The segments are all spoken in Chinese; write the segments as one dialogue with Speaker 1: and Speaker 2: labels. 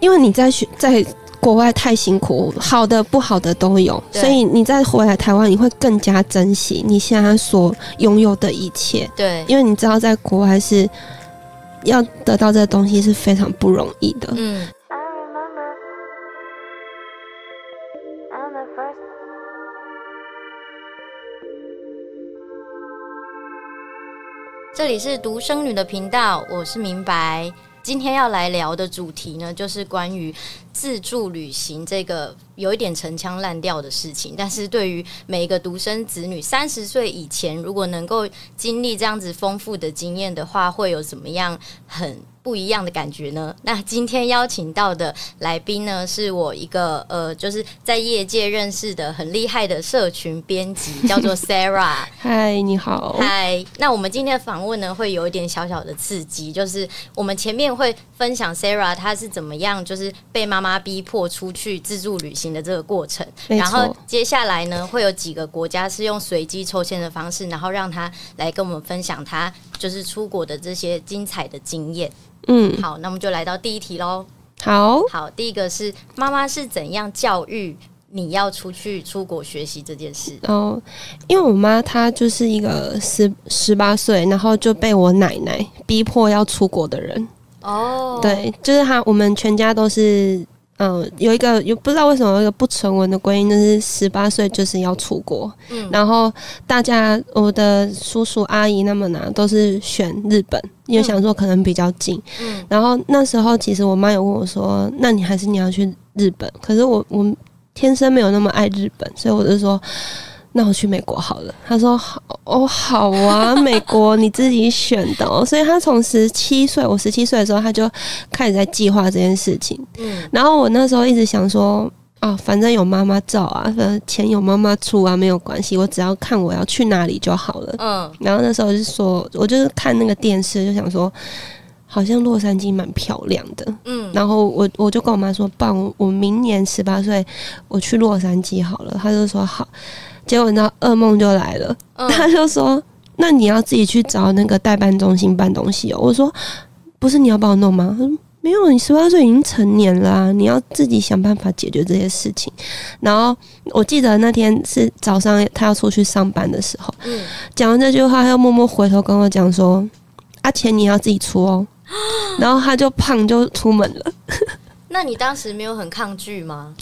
Speaker 1: 因为你在学在国外太辛苦，好的不好的都有，
Speaker 2: 对
Speaker 1: 所以你再回来台湾，你会更加珍惜你现在所拥有的一切，
Speaker 2: 对，
Speaker 1: 因为你知道在国外是要得到这东西是非常不容易的。
Speaker 2: 嗯，
Speaker 3: I remember I'm the first
Speaker 2: 这里是独生女的频道，我是明白。今天要来聊的主题呢，就是关于自助旅行这个有一点陈腔滥调的事情。但是对于每一个独生子女，三十岁以前如果能够经历这样子丰富的经验的话，会有怎么样很不一样的感觉呢？那今天邀请到的来宾呢，是我一个呃，就是在业界认识的很厉害的社群编辑，叫做 Sarah。
Speaker 1: 嗨，你好。
Speaker 2: 嗨，那我们今天的访问呢，会有一点小小的刺激，就是我们前面会分享 Sarah 她是怎么样，就是被妈妈逼迫出去自助旅行的这个过程。
Speaker 1: 没
Speaker 2: 然后
Speaker 1: 错
Speaker 2: 接下来呢，会有几个国家是用随机抽签的方式，然后让她来跟我们分享她就是出国的这些精彩的经验。
Speaker 1: 嗯，
Speaker 2: 好，那我们就来到第一题喽。
Speaker 1: 好，
Speaker 2: 好，第一个是妈妈是怎样教育你要出去出国学习这件事？
Speaker 1: 然后因为我妈她就是一个十十八岁，然后就被我奶奶逼迫要出国的人。
Speaker 2: 哦，
Speaker 1: 对，就是她，我们全家都是。嗯，有一个有不知道为什么有一个不成文的规定，就是十八岁就是要出国。
Speaker 2: 嗯
Speaker 1: 然后大家我的叔叔阿姨他们啊呢，都是选日本，因为想说可能比较近。
Speaker 2: 嗯
Speaker 1: 然后那时候其实我妈有问我说：“那你还是你要去日本？”可是我我天生没有那么爱日本，所以我就说：“那我去美国好了。”她说：“好哦，好啊，美国你自己选的哦。”所以她从十七岁，我十七岁的时候，她就开始在计划这件事情。
Speaker 2: 嗯
Speaker 1: 然后我那时候一直想说。啊，反正有妈妈照啊，反正钱有妈妈出啊，没有关系，我只要看我要去哪里就好了。
Speaker 2: 嗯，
Speaker 1: 然后那时候就说，我就是看那个电视，就想说，好像洛杉矶蛮漂亮的。
Speaker 2: 嗯，
Speaker 1: 然后我我就跟我妈说，爸，我我明年十八岁，我去洛杉矶好了。她就说好。结果你知道，噩梦就来了。
Speaker 2: 嗯
Speaker 1: 她就说，那你要自己去找那个代办中心办东西哦。我说，不是你要帮我弄吗？她说没有，你十八岁已经成年了、啊，你要自己想办法解决这些事情。然后我记得那天是早上她要出去上班的时候，
Speaker 2: 嗯
Speaker 1: 讲完这句话，他又默默回头跟我讲说：“啊，钱你要自己出哦。”然后他就胖就出门了，
Speaker 2: 那你当时没有很抗拒吗？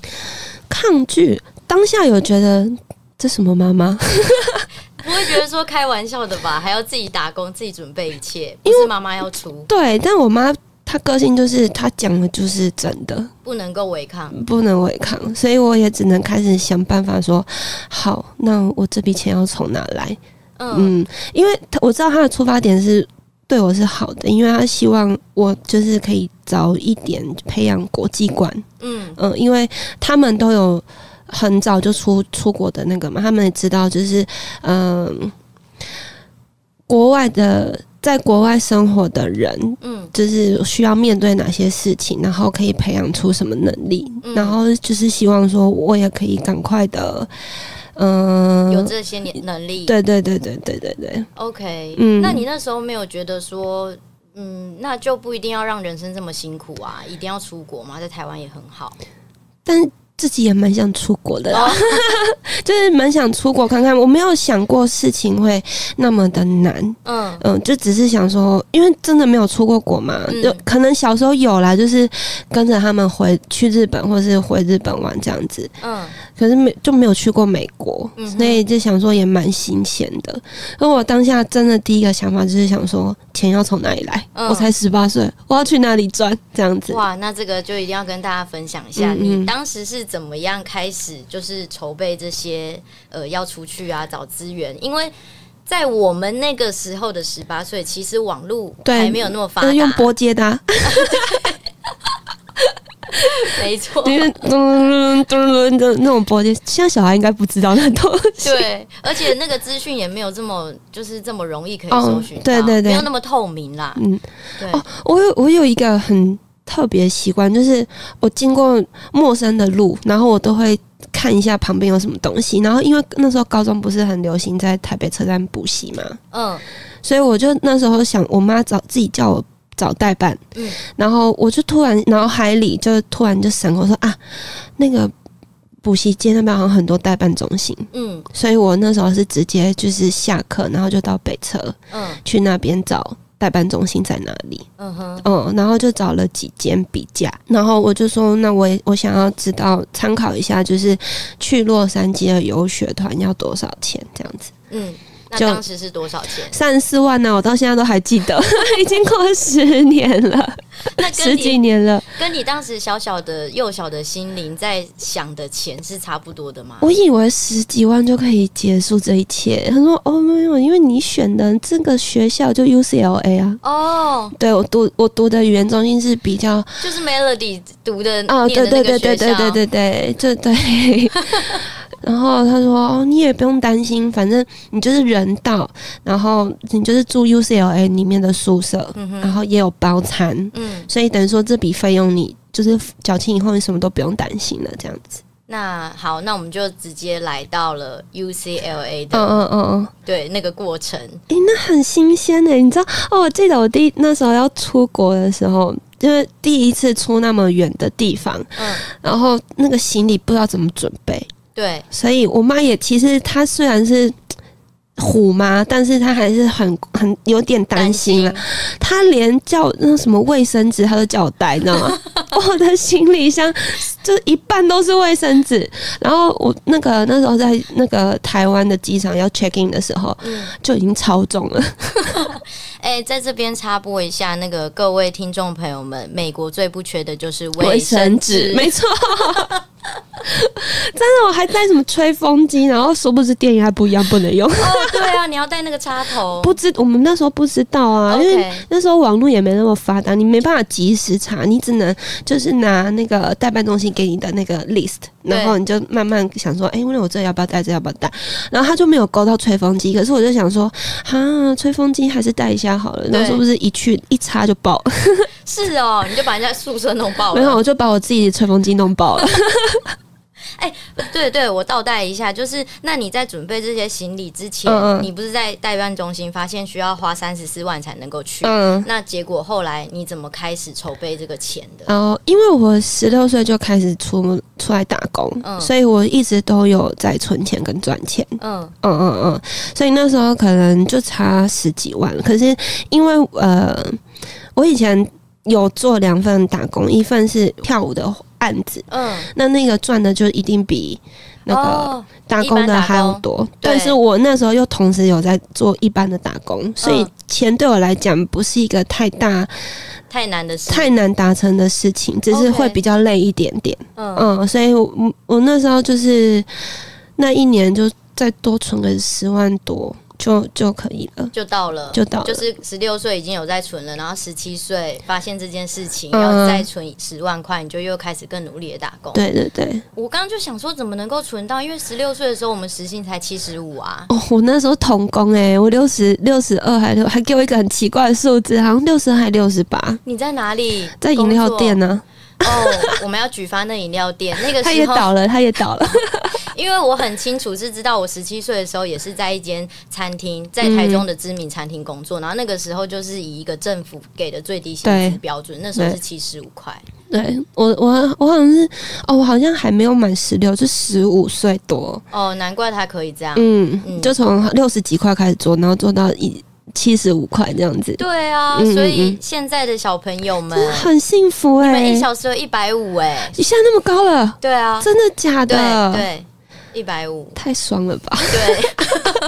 Speaker 1: 抗拒。当下有觉得这什么妈妈？
Speaker 2: 不会觉得说开玩笑的吧？ 还要自己打工，自己准备一切，不是妈妈要出，
Speaker 1: 对，但我妈她个性就是她讲的就是真的，
Speaker 2: 不能够违抗。
Speaker 1: 不能违抗，所以我也只能开始想办法说：好，那我这笔钱要从哪来？
Speaker 2: 嗯
Speaker 1: 嗯，因为他我知道他的出发点是对我是好的，因为他希望我就是可以早一点培养国际观。
Speaker 2: 嗯
Speaker 1: 嗯，因为他们都有很早就出出国的那个嘛，他们也知道，就是嗯、国外的在国外生活的人，
Speaker 2: 嗯
Speaker 1: 就是需要面对哪些事情，然后可以培养出什么能力，
Speaker 2: 嗯
Speaker 1: 然后就是希望说我也可以赶快的，嗯、
Speaker 2: 有这些年能力。
Speaker 1: 对对对对对对对，
Speaker 2: ，OK。
Speaker 1: 嗯
Speaker 2: 那你那时候没有觉得说，嗯，那就不一定要让人生这么辛苦啊，一定要出国嘛，在台湾也很好。
Speaker 1: 但是自己也蛮想出国的啦，
Speaker 2: 哦
Speaker 1: 就是蛮想出国看看。我没有想过事情会那么的难，
Speaker 2: 嗯
Speaker 1: 嗯，就只是想说，因为真的没有出过国嘛，
Speaker 2: 嗯
Speaker 1: 就可能小时候有啦，就是跟着他们回去日本或是回日本玩这样子，
Speaker 2: 嗯
Speaker 1: 可是没就没有去过美国，
Speaker 2: 嗯哼
Speaker 1: 所以就想说也蛮新鲜的。而我当下真的第一个想法就是想说，钱要从哪里来？
Speaker 2: 嗯
Speaker 1: 我才十八岁，我要去哪里赚？这样子。
Speaker 2: 哇，那这个就一定要跟大家分享一下，
Speaker 1: 嗯嗯
Speaker 2: 你当时是怎么样开始就是筹备这些呃要出去啊找资源，因为在我们那个时候的十八岁，其实网络
Speaker 1: 对
Speaker 2: 还没有那么发
Speaker 1: 就是用
Speaker 2: 达，
Speaker 1: 拨接的、啊，
Speaker 2: 没错。
Speaker 1: 因为咚咚咚咚的那种拨接，现在小孩应该不知道那东西。
Speaker 2: 对，而且那个资讯也没有这么就是这么容易可以
Speaker 1: 哦
Speaker 2: 搜寻到、
Speaker 1: 对对对
Speaker 2: 没有那么透明啦。
Speaker 1: 嗯，
Speaker 2: 对，
Speaker 1: 哦，我有我有一个很特别的习惯，就是我经过陌生的路，然后我都会看一下旁边有什么东西。然后因为那时候高中不是很流行在台北车站补习嘛，
Speaker 2: 嗯
Speaker 1: 所以我就那时候想，我妈找自己叫我找代办，
Speaker 2: 嗯
Speaker 1: 然后我就突然脑海里就突然就闪过说啊，那个补习街那边好像很多代办中心，
Speaker 2: 嗯
Speaker 1: 所以我那时候是直接就是下课，然后就到北车
Speaker 2: 嗯
Speaker 1: 去那边找代办中心在哪里。
Speaker 2: 嗯哼，
Speaker 1: 嗯，然后就找了几间比价，然后我就说，那我也我想要知道参考一下，就是去洛杉矶的游学团要多少钱这样子，
Speaker 2: 嗯，那
Speaker 1: 就
Speaker 2: 当时是多少 钱？
Speaker 1: 三十四万呢、我到现在都还记得， 已经过了十年了，
Speaker 2: 那
Speaker 1: 十
Speaker 2: 跟
Speaker 1: 几
Speaker 2: 你
Speaker 1: 年了。
Speaker 2: 跟你当时小小的幼小的心灵在想的钱是差不多的吗？
Speaker 1: 我以为十几万就可以结束这一切，他说哦没有，因为你选的这个学校就 UCLA 啊。
Speaker 2: 哦，
Speaker 1: 对我读我读的语言中心是比较
Speaker 2: 就是 Melody 读的
Speaker 1: 哦，
Speaker 2: 念
Speaker 1: 对
Speaker 2: 的那
Speaker 1: 对对
Speaker 2: 个学
Speaker 1: 对对对
Speaker 2: 校，
Speaker 1: 对对，这对。 然后他说：“哦，你也不用担心，反正你就是人到，然后你就是住 UCLA 里面的宿舍，
Speaker 2: 嗯
Speaker 1: 然
Speaker 2: 哼，
Speaker 1: 后也有包餐，
Speaker 2: 嗯，
Speaker 1: 所以等于说这笔费用你就是缴清以后，你什么都不用担心了，这样子。
Speaker 2: 那好，那我们就直接来到了 UCLA
Speaker 1: 嗯
Speaker 2: 的
Speaker 1: 嗯嗯嗯，
Speaker 2: 对那个过程，
Speaker 1: 诶、那很新鲜呢、你知道？哦，我记得我第那时候要出国的时候，就是第一次出那么远的地方，
Speaker 2: 嗯，
Speaker 1: 然后那个行李不知道怎么准备，
Speaker 2: 对，
Speaker 1: 所以我妈也其实她虽然是虎妈，但是她还是很很有点担心啊了。她连叫那什么卫生纸，她都叫我带，你知道吗？我的行李箱就一半都是卫生纸。然后我那个那时候在那个台湾的机场要 check in 的时候，
Speaker 2: 嗯，
Speaker 1: 就已经超重了。
Speaker 2: 哎、在这边插播一下，那个各位听众朋友们，美国最不缺的就是纸，
Speaker 1: 没错。真的，我还带什么吹风机，然后殊不知电压不一样，不能用。
Speaker 2: 哦，对啊，你要带那个插头，
Speaker 1: 不知我们那时候不知道啊
Speaker 2: OK
Speaker 1: 因为那时候网络也没那么发达，你没办法及时查，你只能就是拿那个代办中心给你的那个 list，
Speaker 2: 对
Speaker 1: 然后你就慢慢想说，哎、那我这要不要带，这要不要带？然后他就没有勾到吹风机，可是我就想说，哈，吹风机还是带一下好了。然后是不是一去一插就爆了？
Speaker 2: 是哦，你就把人家宿舍弄爆了。
Speaker 1: 没有，我就把我自己的吹风机弄爆了。
Speaker 2: 对对，我倒带一下，就是那你在准备这些行李之前，
Speaker 1: 嗯嗯
Speaker 2: 你不是在代办中心发现需要花三十四万才能够去？
Speaker 1: 嗯。
Speaker 2: 那结果后来你怎么开始筹备这个钱的？
Speaker 1: 然后，因为我十六岁就开始出出来打工，
Speaker 2: 嗯
Speaker 1: 所以我一直都有在存钱跟赚钱。
Speaker 2: 嗯
Speaker 1: 嗯嗯嗯，所以那时候可能就差十几万，可是因为呃，我以前有做两份打工，一份是跳舞的案子，
Speaker 2: 嗯，
Speaker 1: 那那个赚的就一定比那个
Speaker 2: 哦、
Speaker 1: 打工的还要多。
Speaker 2: 对
Speaker 1: 但是我那时候又同时有在做一般的打工，所以
Speaker 2: 嗯
Speaker 1: 钱对我来讲不是一个太大
Speaker 2: 太难的事，
Speaker 1: 太难达成的事情，只是
Speaker 2: OK
Speaker 1: 会比较累一点点。
Speaker 2: 嗯
Speaker 1: 嗯，所以我我我那时候就是那一年就再多存个十万多就就可以了，
Speaker 2: 就到了，
Speaker 1: 就到了
Speaker 2: 就是十六岁已经有在存了，然后十七岁发现这件事情，
Speaker 1: 嗯
Speaker 2: 要再存十万块，你就又开始更努力的打工。
Speaker 1: 对对对，
Speaker 2: 我刚刚就想说，怎么能够存到？因为十六岁的时候，我们时薪才七十五啊。
Speaker 1: 哦，我那时候童工哎、我六十六十二还六，还给我一个很奇怪的数字，好像六十还六十八，
Speaker 2: 你在哪里？
Speaker 1: 在饮料店呢、
Speaker 2: 工作哦，我们要举发那饮料 店。那个
Speaker 1: 他也
Speaker 2: 时候，
Speaker 1: 倒了，他也倒了，
Speaker 2: 因为我很清楚是知道，我十七岁的时候也是在一间餐厅，在台中的知名餐厅工作。然后那个时候就是以一个政府给的最低薪资
Speaker 1: 对
Speaker 2: 标准，那时候是
Speaker 1: 对
Speaker 2: 七十五块。
Speaker 1: 对我我我好像是哦，我好像还没有满十六，就十五岁多，
Speaker 2: 哦，难怪他可以这样。
Speaker 1: 嗯，
Speaker 2: 嗯
Speaker 1: 就从六十几块开始做，然后做到一七十五块这样子，
Speaker 2: 对啊，
Speaker 1: 嗯
Speaker 2: 所
Speaker 1: 嗯
Speaker 2: 以
Speaker 1: 嗯
Speaker 2: 现在的小朋友们，
Speaker 1: 很幸福
Speaker 2: 你
Speaker 1: 哎、
Speaker 2: 们
Speaker 1: 欸，
Speaker 2: 一小时有一百五哎，
Speaker 1: 一下那么高了。
Speaker 2: 对啊，
Speaker 1: 真的假
Speaker 2: 对
Speaker 1: 的？，
Speaker 2: 对，一百五，
Speaker 1: 太爽了吧！
Speaker 2: 对，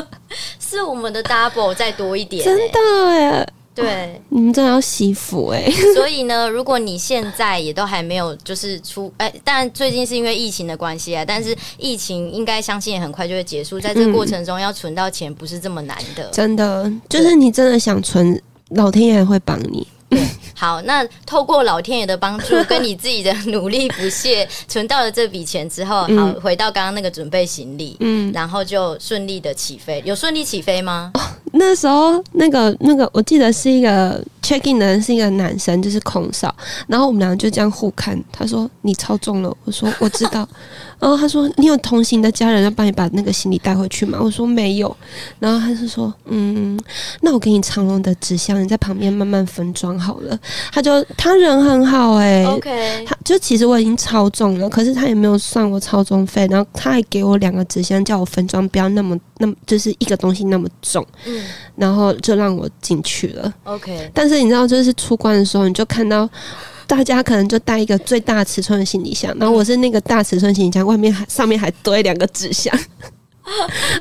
Speaker 2: 是我们的 double 再多一点、欸，
Speaker 1: 真的哎，
Speaker 2: 对。
Speaker 1: 你们真的要惜福哎！
Speaker 2: 所以呢，如果你现在也都还没有就是出，哎、当然最近是因为疫情的关系啊，但是疫情应该相信也很快就会结束，在这个过程中要存到钱不是这么难的。
Speaker 1: 真的，就是你真的想存，老天爷会帮你。
Speaker 2: 好，那透过老天爷的帮助，跟你自己的努力不懈，存到了这笔钱之后，好，
Speaker 1: 嗯
Speaker 2: 回到刚刚那个准备行李，
Speaker 1: 嗯，
Speaker 2: 然后就顺利的起飞，有顺利起飞吗？
Speaker 1: 那时候那个那个，我记得是一个 check in 的人是一个男生，就是空少，然后我们俩就这样互看，他说你超重了，我说我知道， 然后他说你有同行的家人要帮你把那个行李带回去吗？我说没有，然后他就说嗯，那我给你长隆的纸箱，你在旁边慢慢分装好了。他就他人很好哎、
Speaker 2: OK，
Speaker 1: 他就其实我已经超重了，可是他也没有算我超重费，然后他还给我两个纸箱，叫我分装不要那么那么就是一个东西那么重，
Speaker 2: 嗯
Speaker 1: 然后就让我进去了。
Speaker 2: ，OK，
Speaker 1: 但是你知道，就是出关的时候，你就看到大家可能就带一个最大尺寸的行李箱，然后我是那个大尺寸行李箱，外面还上面还堆两个纸箱。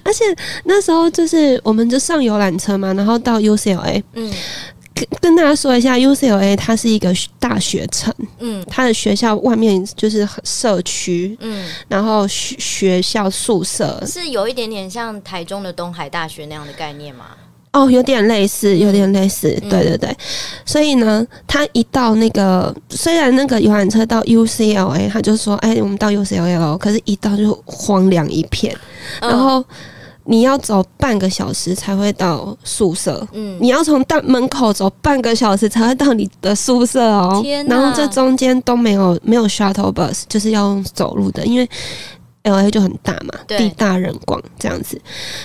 Speaker 1: 而且那时候就是，我们就上游览车嘛，然后到 UCLA，
Speaker 2: 嗯
Speaker 1: 跟跟大家说一下，UCLA 它是一个大学城，
Speaker 2: 嗯
Speaker 1: 它的学校外面就是社区，
Speaker 2: 嗯，
Speaker 1: 然后学学校宿舍
Speaker 2: 是有一点点像台中的东海大学那样的概念嘛？
Speaker 1: 哦，有点类似，有点类似，
Speaker 2: 嗯
Speaker 1: 对对对。所以呢，他一到那个，虽然那个游览车到 UCLA，他就说：“哎、我们到 UCLA 了。”可是，一到就荒凉一片，
Speaker 2: 嗯
Speaker 1: 然后你要走半个小时才会到宿舍。
Speaker 2: 嗯，
Speaker 1: 你要从大门口走半个小时才会到你的宿舍哦
Speaker 2: 天，哪
Speaker 1: 然后这中间都没有没有 shuttle bus，就是要用走路的，因为 L A 就很大嘛，
Speaker 2: 对
Speaker 1: 地大人广这样子，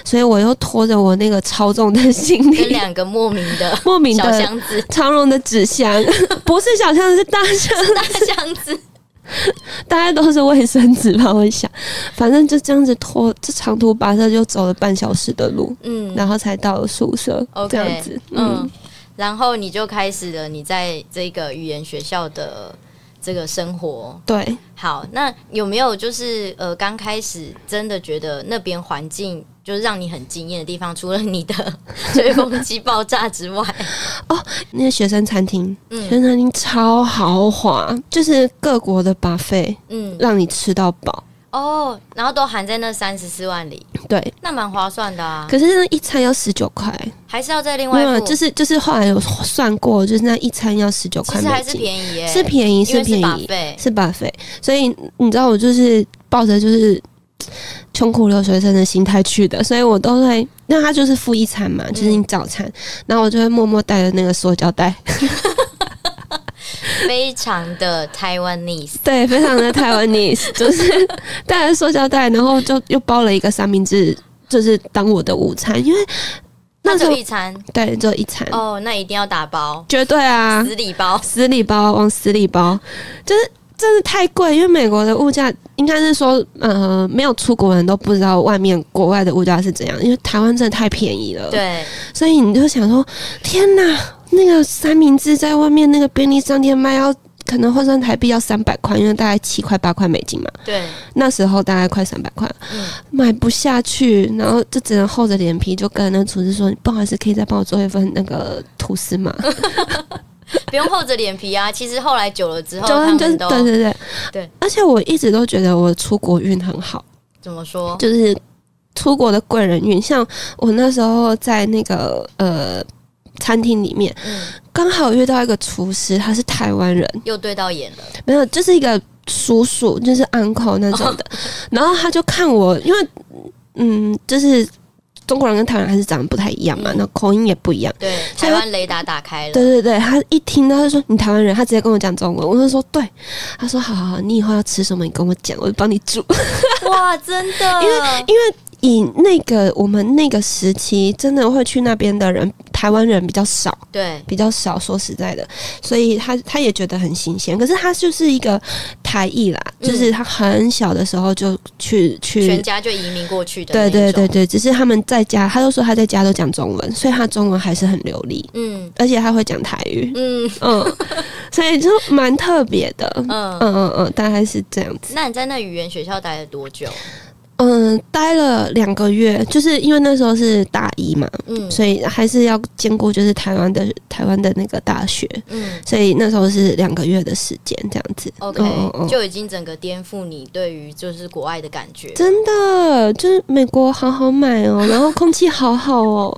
Speaker 1: 所以我又拖着我那个超重的行
Speaker 2: 跟
Speaker 1: 李，
Speaker 2: 两个莫名的
Speaker 1: 莫名
Speaker 2: 小
Speaker 1: 的、
Speaker 2: 箱子
Speaker 1: 长绒的纸箱， 不是小箱是大箱，
Speaker 2: 大箱子，
Speaker 1: 大家都是卫生纸吧，我想，反正就这样子拖，这长途跋涉就走了半小时的路，
Speaker 2: 嗯
Speaker 1: 然后才到了宿舍
Speaker 2: OK，
Speaker 1: 这样子，嗯
Speaker 2: 嗯，然后你就开始了你在这个语言学校的这个生活。
Speaker 1: 对。
Speaker 2: 好，那有没有就是呃，刚开始真的觉得那边环境就是让你很惊艳的地方，除了 你的吹风机爆炸之外，
Speaker 1: 那些学生餐厅，学
Speaker 2: 嗯
Speaker 1: 生餐厅超豪华，就是各国的 buffet，
Speaker 2: 嗯
Speaker 1: 让你吃到饱。
Speaker 2: 哦，然后都含在那三十四万里，
Speaker 1: 对，
Speaker 2: 那蛮划算的啊，
Speaker 1: 可是那一餐要十九块，
Speaker 2: 还是要再另
Speaker 1: 没
Speaker 2: 外
Speaker 1: 有，啊
Speaker 2: 付，
Speaker 1: 就是就是后来有算过，就是那一餐要十九
Speaker 2: 其
Speaker 1: 块
Speaker 2: 实还
Speaker 1: 美
Speaker 2: 是
Speaker 1: 金，
Speaker 2: 便宜耶、
Speaker 1: 是便宜，
Speaker 2: 因为
Speaker 1: 便
Speaker 2: 是把
Speaker 1: 宜，
Speaker 2: 费，
Speaker 1: 是 buffet。所以你知道，我就是抱着就是穷苦留学生的心态去的，所以我都会，那他就是付一餐嘛，
Speaker 2: 嗯
Speaker 1: 就是你早餐，然后我就会默默带着那个塑胶袋，
Speaker 2: 非常的 Taiwanese。
Speaker 1: 对，非常的台湾 nice，就是 带了塑胶袋，然后就又包了一个三明治，就是当我的午餐，因为 那
Speaker 2: 那
Speaker 1: 时
Speaker 2: 就
Speaker 1: 候
Speaker 2: 一餐
Speaker 1: 对只有一餐，
Speaker 2: 哦，那一定要打包，
Speaker 1: 绝对啊，
Speaker 2: 死礼 包。
Speaker 1: 死里包往死里包，就是真的太贵，因为美国的物价应该是说，呃，没有出国人都不知道外面国外的物价是怎样，因为台湾真的太便宜了，，
Speaker 2: 对，
Speaker 1: 所以你就想说，天哪，那个三明治在外面那个便利商店卖要。可能换算台币要三百块，因为大概七块八块美金嘛。
Speaker 2: 对，
Speaker 1: 那时候大概快三百块，
Speaker 2: 嗯
Speaker 1: 买不下去，然后就只能厚着脸皮就跟那厨师说：“不好意思，可以再帮我做一份那个吐司吗
Speaker 2: 不用厚着脸皮啊。其实后来久了之？”后，
Speaker 1: 就
Speaker 2: 哦他
Speaker 1: 就对
Speaker 2: 们都
Speaker 1: 对对
Speaker 2: 对。
Speaker 1: 而且我一直都觉得我出国运很好，
Speaker 2: 怎么说？
Speaker 1: 就是出国的贵人运。像我那时候在那个呃餐厅里面，
Speaker 2: 嗯，
Speaker 1: 刚好遇到一个厨师，他是台湾人，
Speaker 2: 又对到眼了。
Speaker 1: 没有，就是一个叔叔，就是 uncle 那种的。然后他就看我，因为嗯，就是中国人跟台湾人还是长得不太一样嘛，
Speaker 2: 嗯
Speaker 1: 那口音也不一样。
Speaker 2: 对，
Speaker 1: 所以
Speaker 2: 台
Speaker 1: 他
Speaker 2: 湾雷达打开了
Speaker 1: 对。对对，他一听到他就说你台湾人，他直接跟我讲中文，我就说对。他说好好好，你以后要吃什么，你跟我讲，我就帮你煮。
Speaker 2: 哇，真的，因为
Speaker 1: 因为以那个我们那个时期，真的会去那边的人，台湾人比较少，
Speaker 2: 对，
Speaker 1: 比较少。说实在的，所以他他也觉得很新鲜。可是他就是一个台裔啦，
Speaker 2: 嗯
Speaker 1: 就是他很小的时候就去去
Speaker 2: 全。家就移民过去的
Speaker 1: 嗯对
Speaker 2: 那一
Speaker 1: 对
Speaker 2: 种
Speaker 1: 对，对，只是他们在家，他就说他在家都讲中文，所以他中文还是很流利，
Speaker 2: 嗯
Speaker 1: 而且他会讲台语，
Speaker 2: 嗯
Speaker 1: 嗯，所以就蛮特别的，
Speaker 2: 嗯。
Speaker 1: 嗯嗯嗯，大概是这样子。
Speaker 2: 那你在那语言学校待了多久？
Speaker 1: 嗯，待了两个月，就是因为那时候是大一嘛，
Speaker 2: 嗯
Speaker 1: 所以还是要兼顾就是台湾的台湾的那个大学，
Speaker 2: 嗯
Speaker 1: 所以那时候是两个月的时间这样子。
Speaker 2: ，OK，
Speaker 1: 嗯嗯嗯
Speaker 2: 就已经整个颠覆你对于就是国外的感觉。
Speaker 1: 真的就是美国好好买哦，然后空气好好哦，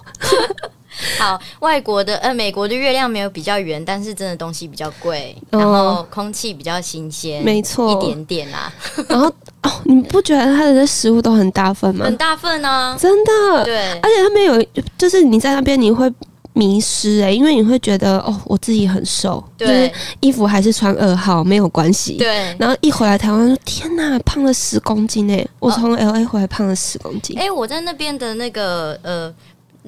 Speaker 2: 好，外国的呃，美国的月亮没有比较圆，但是真的东西比较贵，
Speaker 1: 哦
Speaker 2: 然后空气比较新鲜，
Speaker 1: 没
Speaker 2: 一
Speaker 1: 错。
Speaker 2: 点点啊啦，
Speaker 1: 然后哦，你不觉得它的食物都很大份吗？
Speaker 2: 很大份啊。
Speaker 1: 真的，啊
Speaker 2: 对
Speaker 1: 而且他们有，就是你在那边你会迷失哎、因为你会觉得哦，我自己很瘦，就是
Speaker 2: 对
Speaker 1: 衣服还是穿二号没有关系。
Speaker 2: 对，
Speaker 1: 然后一回来台湾，说天呐，胖了十公斤哎、我从 L A 回来胖了十公斤。
Speaker 2: 哦哎、我在那边的那个呃。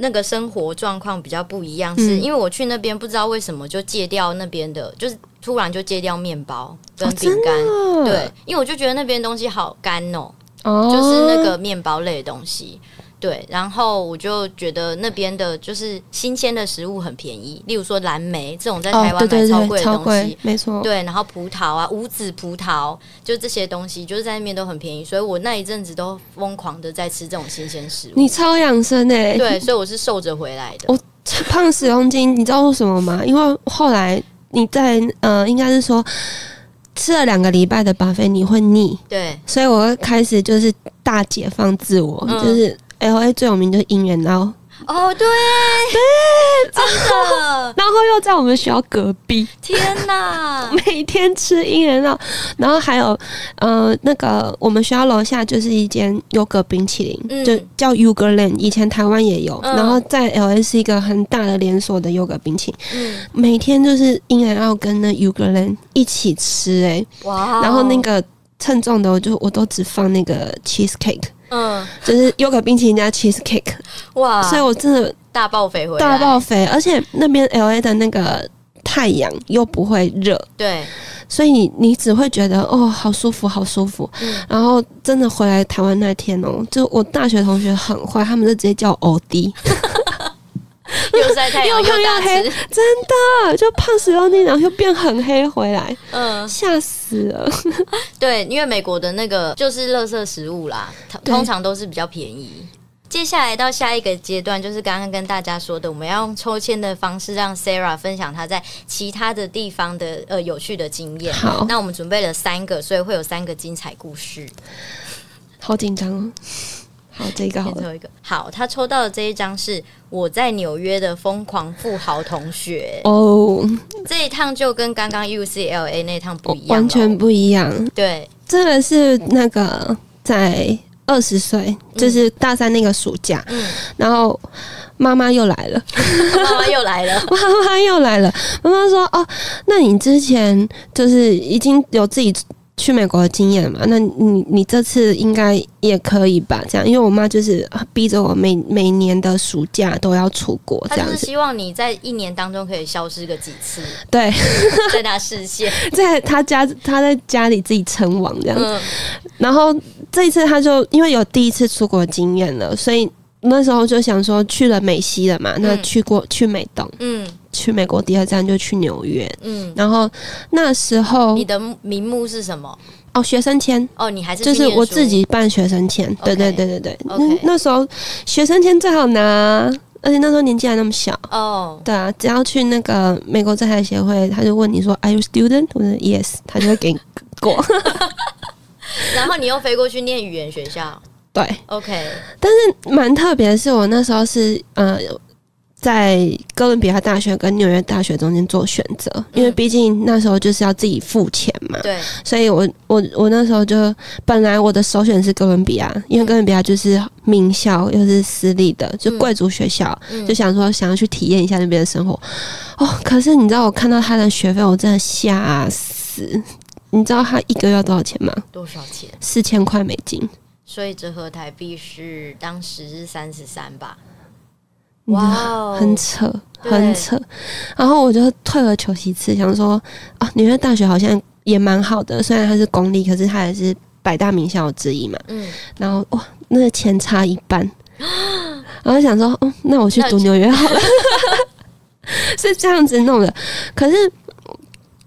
Speaker 2: 那个生活状况比较不一样，
Speaker 1: 嗯
Speaker 2: 是因为我去那边不知道为什么就戒掉那边的，就是突然就戒掉面包跟
Speaker 1: 哦
Speaker 2: 饼
Speaker 1: 真的
Speaker 2: 干，
Speaker 1: 哦
Speaker 2: 对，因为我就觉得那边东西好干哦、
Speaker 1: 哦
Speaker 2: 就是那个面包类的东西。对，然后我就觉得那边的就是新鲜的食物很便宜，例如说蓝莓这种在台
Speaker 1: 哦，
Speaker 2: 湾
Speaker 1: 对
Speaker 2: 买
Speaker 1: 对
Speaker 2: 超
Speaker 1: 对，
Speaker 2: 贵的
Speaker 1: 超
Speaker 2: 东西
Speaker 1: 贵，，没错。
Speaker 2: 对，然后葡萄啊、无籽葡萄，就这些东西，就是在那边都很便宜，所以我那一阵子都疯狂的在吃这种新鲜食物。
Speaker 1: 你哦超养生哎、
Speaker 2: 对，所以我是瘦着回来的。
Speaker 1: 我胖十公斤，你知道为什么吗？因为后来你在呃，应该是说吃了两个礼拜的巴菲，你会腻，
Speaker 2: 对，
Speaker 1: 所以我会开始就是大解放自我，
Speaker 2: 嗯
Speaker 1: 就是 L A 最有名就是姻缘捞，
Speaker 2: 哦，对，对，真的，
Speaker 1: 然后又在我们学校隔壁，
Speaker 2: 天哪，
Speaker 1: 每天吃姻缘捞，然后还有呃那个我们学校楼下就是一间优格冰淇淋，
Speaker 2: 嗯
Speaker 1: 就叫 Yogurt Land，以前台湾也有，
Speaker 2: 嗯
Speaker 1: 然后在 L A 是一个很大的连锁的优格冰淇淋。
Speaker 2: 嗯，
Speaker 1: 每天就是英然要跟那 u g l a n 一起吃哎、
Speaker 2: 哇哦，
Speaker 1: 然后那个称重的我就我都只放那个 cheesecake，
Speaker 2: 嗯，
Speaker 1: 就是 y o g 冰淇淋加 cheesecake，、
Speaker 2: 哇，
Speaker 1: 所以我真的
Speaker 2: 大爆肥回来，
Speaker 1: 大爆
Speaker 2: 啊
Speaker 1: 肥，而且那边 L A 的那个太阳又不会热，
Speaker 2: 对，
Speaker 1: 所以你你只会觉得哦好舒服好舒服。
Speaker 2: 嗯
Speaker 1: 然后真的回来台湾那天哦，就我大学同学很坏，他们就直接叫我欧弟，
Speaker 2: 又晒太 阳
Speaker 1: 又胖
Speaker 2: 又大
Speaker 1: 又黑
Speaker 2: 吃，
Speaker 1: 真的就胖十公斤，然后又变很黑回来，
Speaker 2: 嗯，
Speaker 1: 吓死了。
Speaker 2: 对，因为美国的那个就是垃圾食物啦，通
Speaker 1: 对
Speaker 2: 通常都是比较便宜。接下来到下一个阶段，就是刚刚跟大家说的，我们要用抽签的方式让 Sarah 分享她在其他的地方的呃有趣的经验。
Speaker 1: 好
Speaker 2: 那我们准备了三个，所以会有三个精彩故事。
Speaker 1: 好紧张哦。好，这个好
Speaker 2: 先
Speaker 1: 了。
Speaker 2: 抽一个，好，他抽到的这一张是我在纽约的疯狂富豪同学，
Speaker 1: 哦，
Speaker 2: 这一趟就跟刚刚 UCLA 那趟不一样，
Speaker 1: 完全。不一样，
Speaker 2: 对，
Speaker 1: 真的是那个在二十岁，就是大三那个暑假，
Speaker 2: 嗯，
Speaker 1: 然后妈妈又来了，
Speaker 2: 妈妈又来了，
Speaker 1: 妈妈又来了，妈妈说：“哦，那你之前就是已经有自己。”去美国的经验嘛，那你你这次应该也可以吧？这样，因为我妈就是逼着我每每年的暑假都要出国，
Speaker 2: 他
Speaker 1: 这
Speaker 2: 就
Speaker 1: 样
Speaker 2: 是
Speaker 1: 子。
Speaker 2: 希望你在一年当中可以消失个几次，
Speaker 1: 对，
Speaker 2: 在他视线。
Speaker 1: 在她家，她在家里自己称王 这样子。
Speaker 2: 嗯，
Speaker 1: 然后这一次他就因为有第一次出国经验了，所以那时候就想说去了美西了嘛，那去过、去美东，
Speaker 2: 嗯
Speaker 1: 去美国第二站就去纽约。
Speaker 2: 嗯，
Speaker 1: 然后那时候
Speaker 2: 你的名目是什么？
Speaker 1: 哦，学生签
Speaker 2: 哦，你还是去
Speaker 1: 就是
Speaker 2: 念
Speaker 1: 我
Speaker 2: 书
Speaker 1: 自己办学生签，对
Speaker 2: OK
Speaker 1: 对对对对。那
Speaker 2: OK
Speaker 1: 那时候学生签最好拿，而且那时候年纪还那么小。
Speaker 2: 哦，
Speaker 1: 对啊，只要去那个美国在台协会，他就问你说 “Are you student？” 我说 “Yes”，他就会给你过。
Speaker 2: 然后你又飞过去念语言学校。
Speaker 1: 对，
Speaker 2: OK，
Speaker 1: 蛮特别，是我那时候是呃，在哥伦比亚大学跟纽约大学中间做选择，因为毕竟那时候就是要自己付钱嘛，
Speaker 2: 嗯对，
Speaker 1: 所以我我我那时候就本来我的首选是哥伦比亚，因为哥伦比亚就是名校又是私立的，就贵族学校，
Speaker 2: 嗯
Speaker 1: 就想说想要去体验一下那边的生活。哦，可是你知道我看到他的学费，我真的吓死。你知道他一个月要多少钱吗？
Speaker 2: 多少钱？
Speaker 1: 四千块美金。
Speaker 2: 所以折合台币是当时是三十三吧？
Speaker 1: 你知
Speaker 2: 哇
Speaker 1: 道
Speaker 2: 哦，
Speaker 1: 很扯，
Speaker 2: 对
Speaker 1: 很扯。然后我就退而求其次，想说啊，纽约大学好像也蛮好的，虽然它是公立，可是它也是百大名校之一嘛。
Speaker 2: 嗯，
Speaker 1: 然后哇，那个钱差一 半，然后想说，哦，那我去读纽约好了， 是这样子弄的。可是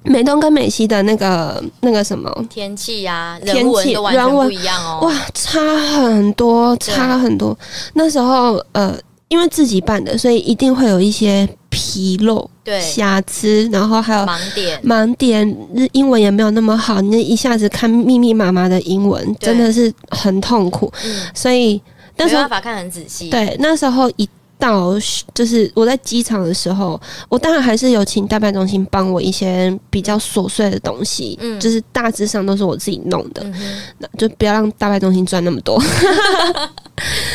Speaker 1: 美东跟美西的那个那个什么，
Speaker 2: 天气呀、
Speaker 1: 天
Speaker 2: 人文
Speaker 1: 气
Speaker 2: 都完全
Speaker 1: 人文
Speaker 2: 不一样哦。
Speaker 1: 哇，差很多，
Speaker 2: 对
Speaker 1: 差很多。那时候呃，因为自己办的，所以一定会有一些纰漏。
Speaker 2: 对，
Speaker 1: 瑕疵，然后还有
Speaker 2: 盲点，
Speaker 1: 盲点，日英文也没有那么好，你一下子看密密麻麻的英文，
Speaker 2: 对
Speaker 1: 真的是很痛苦。
Speaker 2: 嗯，
Speaker 1: 所以那
Speaker 2: 没
Speaker 1: 时
Speaker 2: 办
Speaker 1: 候，
Speaker 2: 法看很仔细。
Speaker 1: 对那时候一到就是我在机场的时候，我当然还是有请代办中心帮我一些比较琐碎的东西，
Speaker 2: 嗯
Speaker 1: 就是大致上都是我自己弄的，
Speaker 2: 嗯哼
Speaker 1: 那就不要让代办中心赚那么多。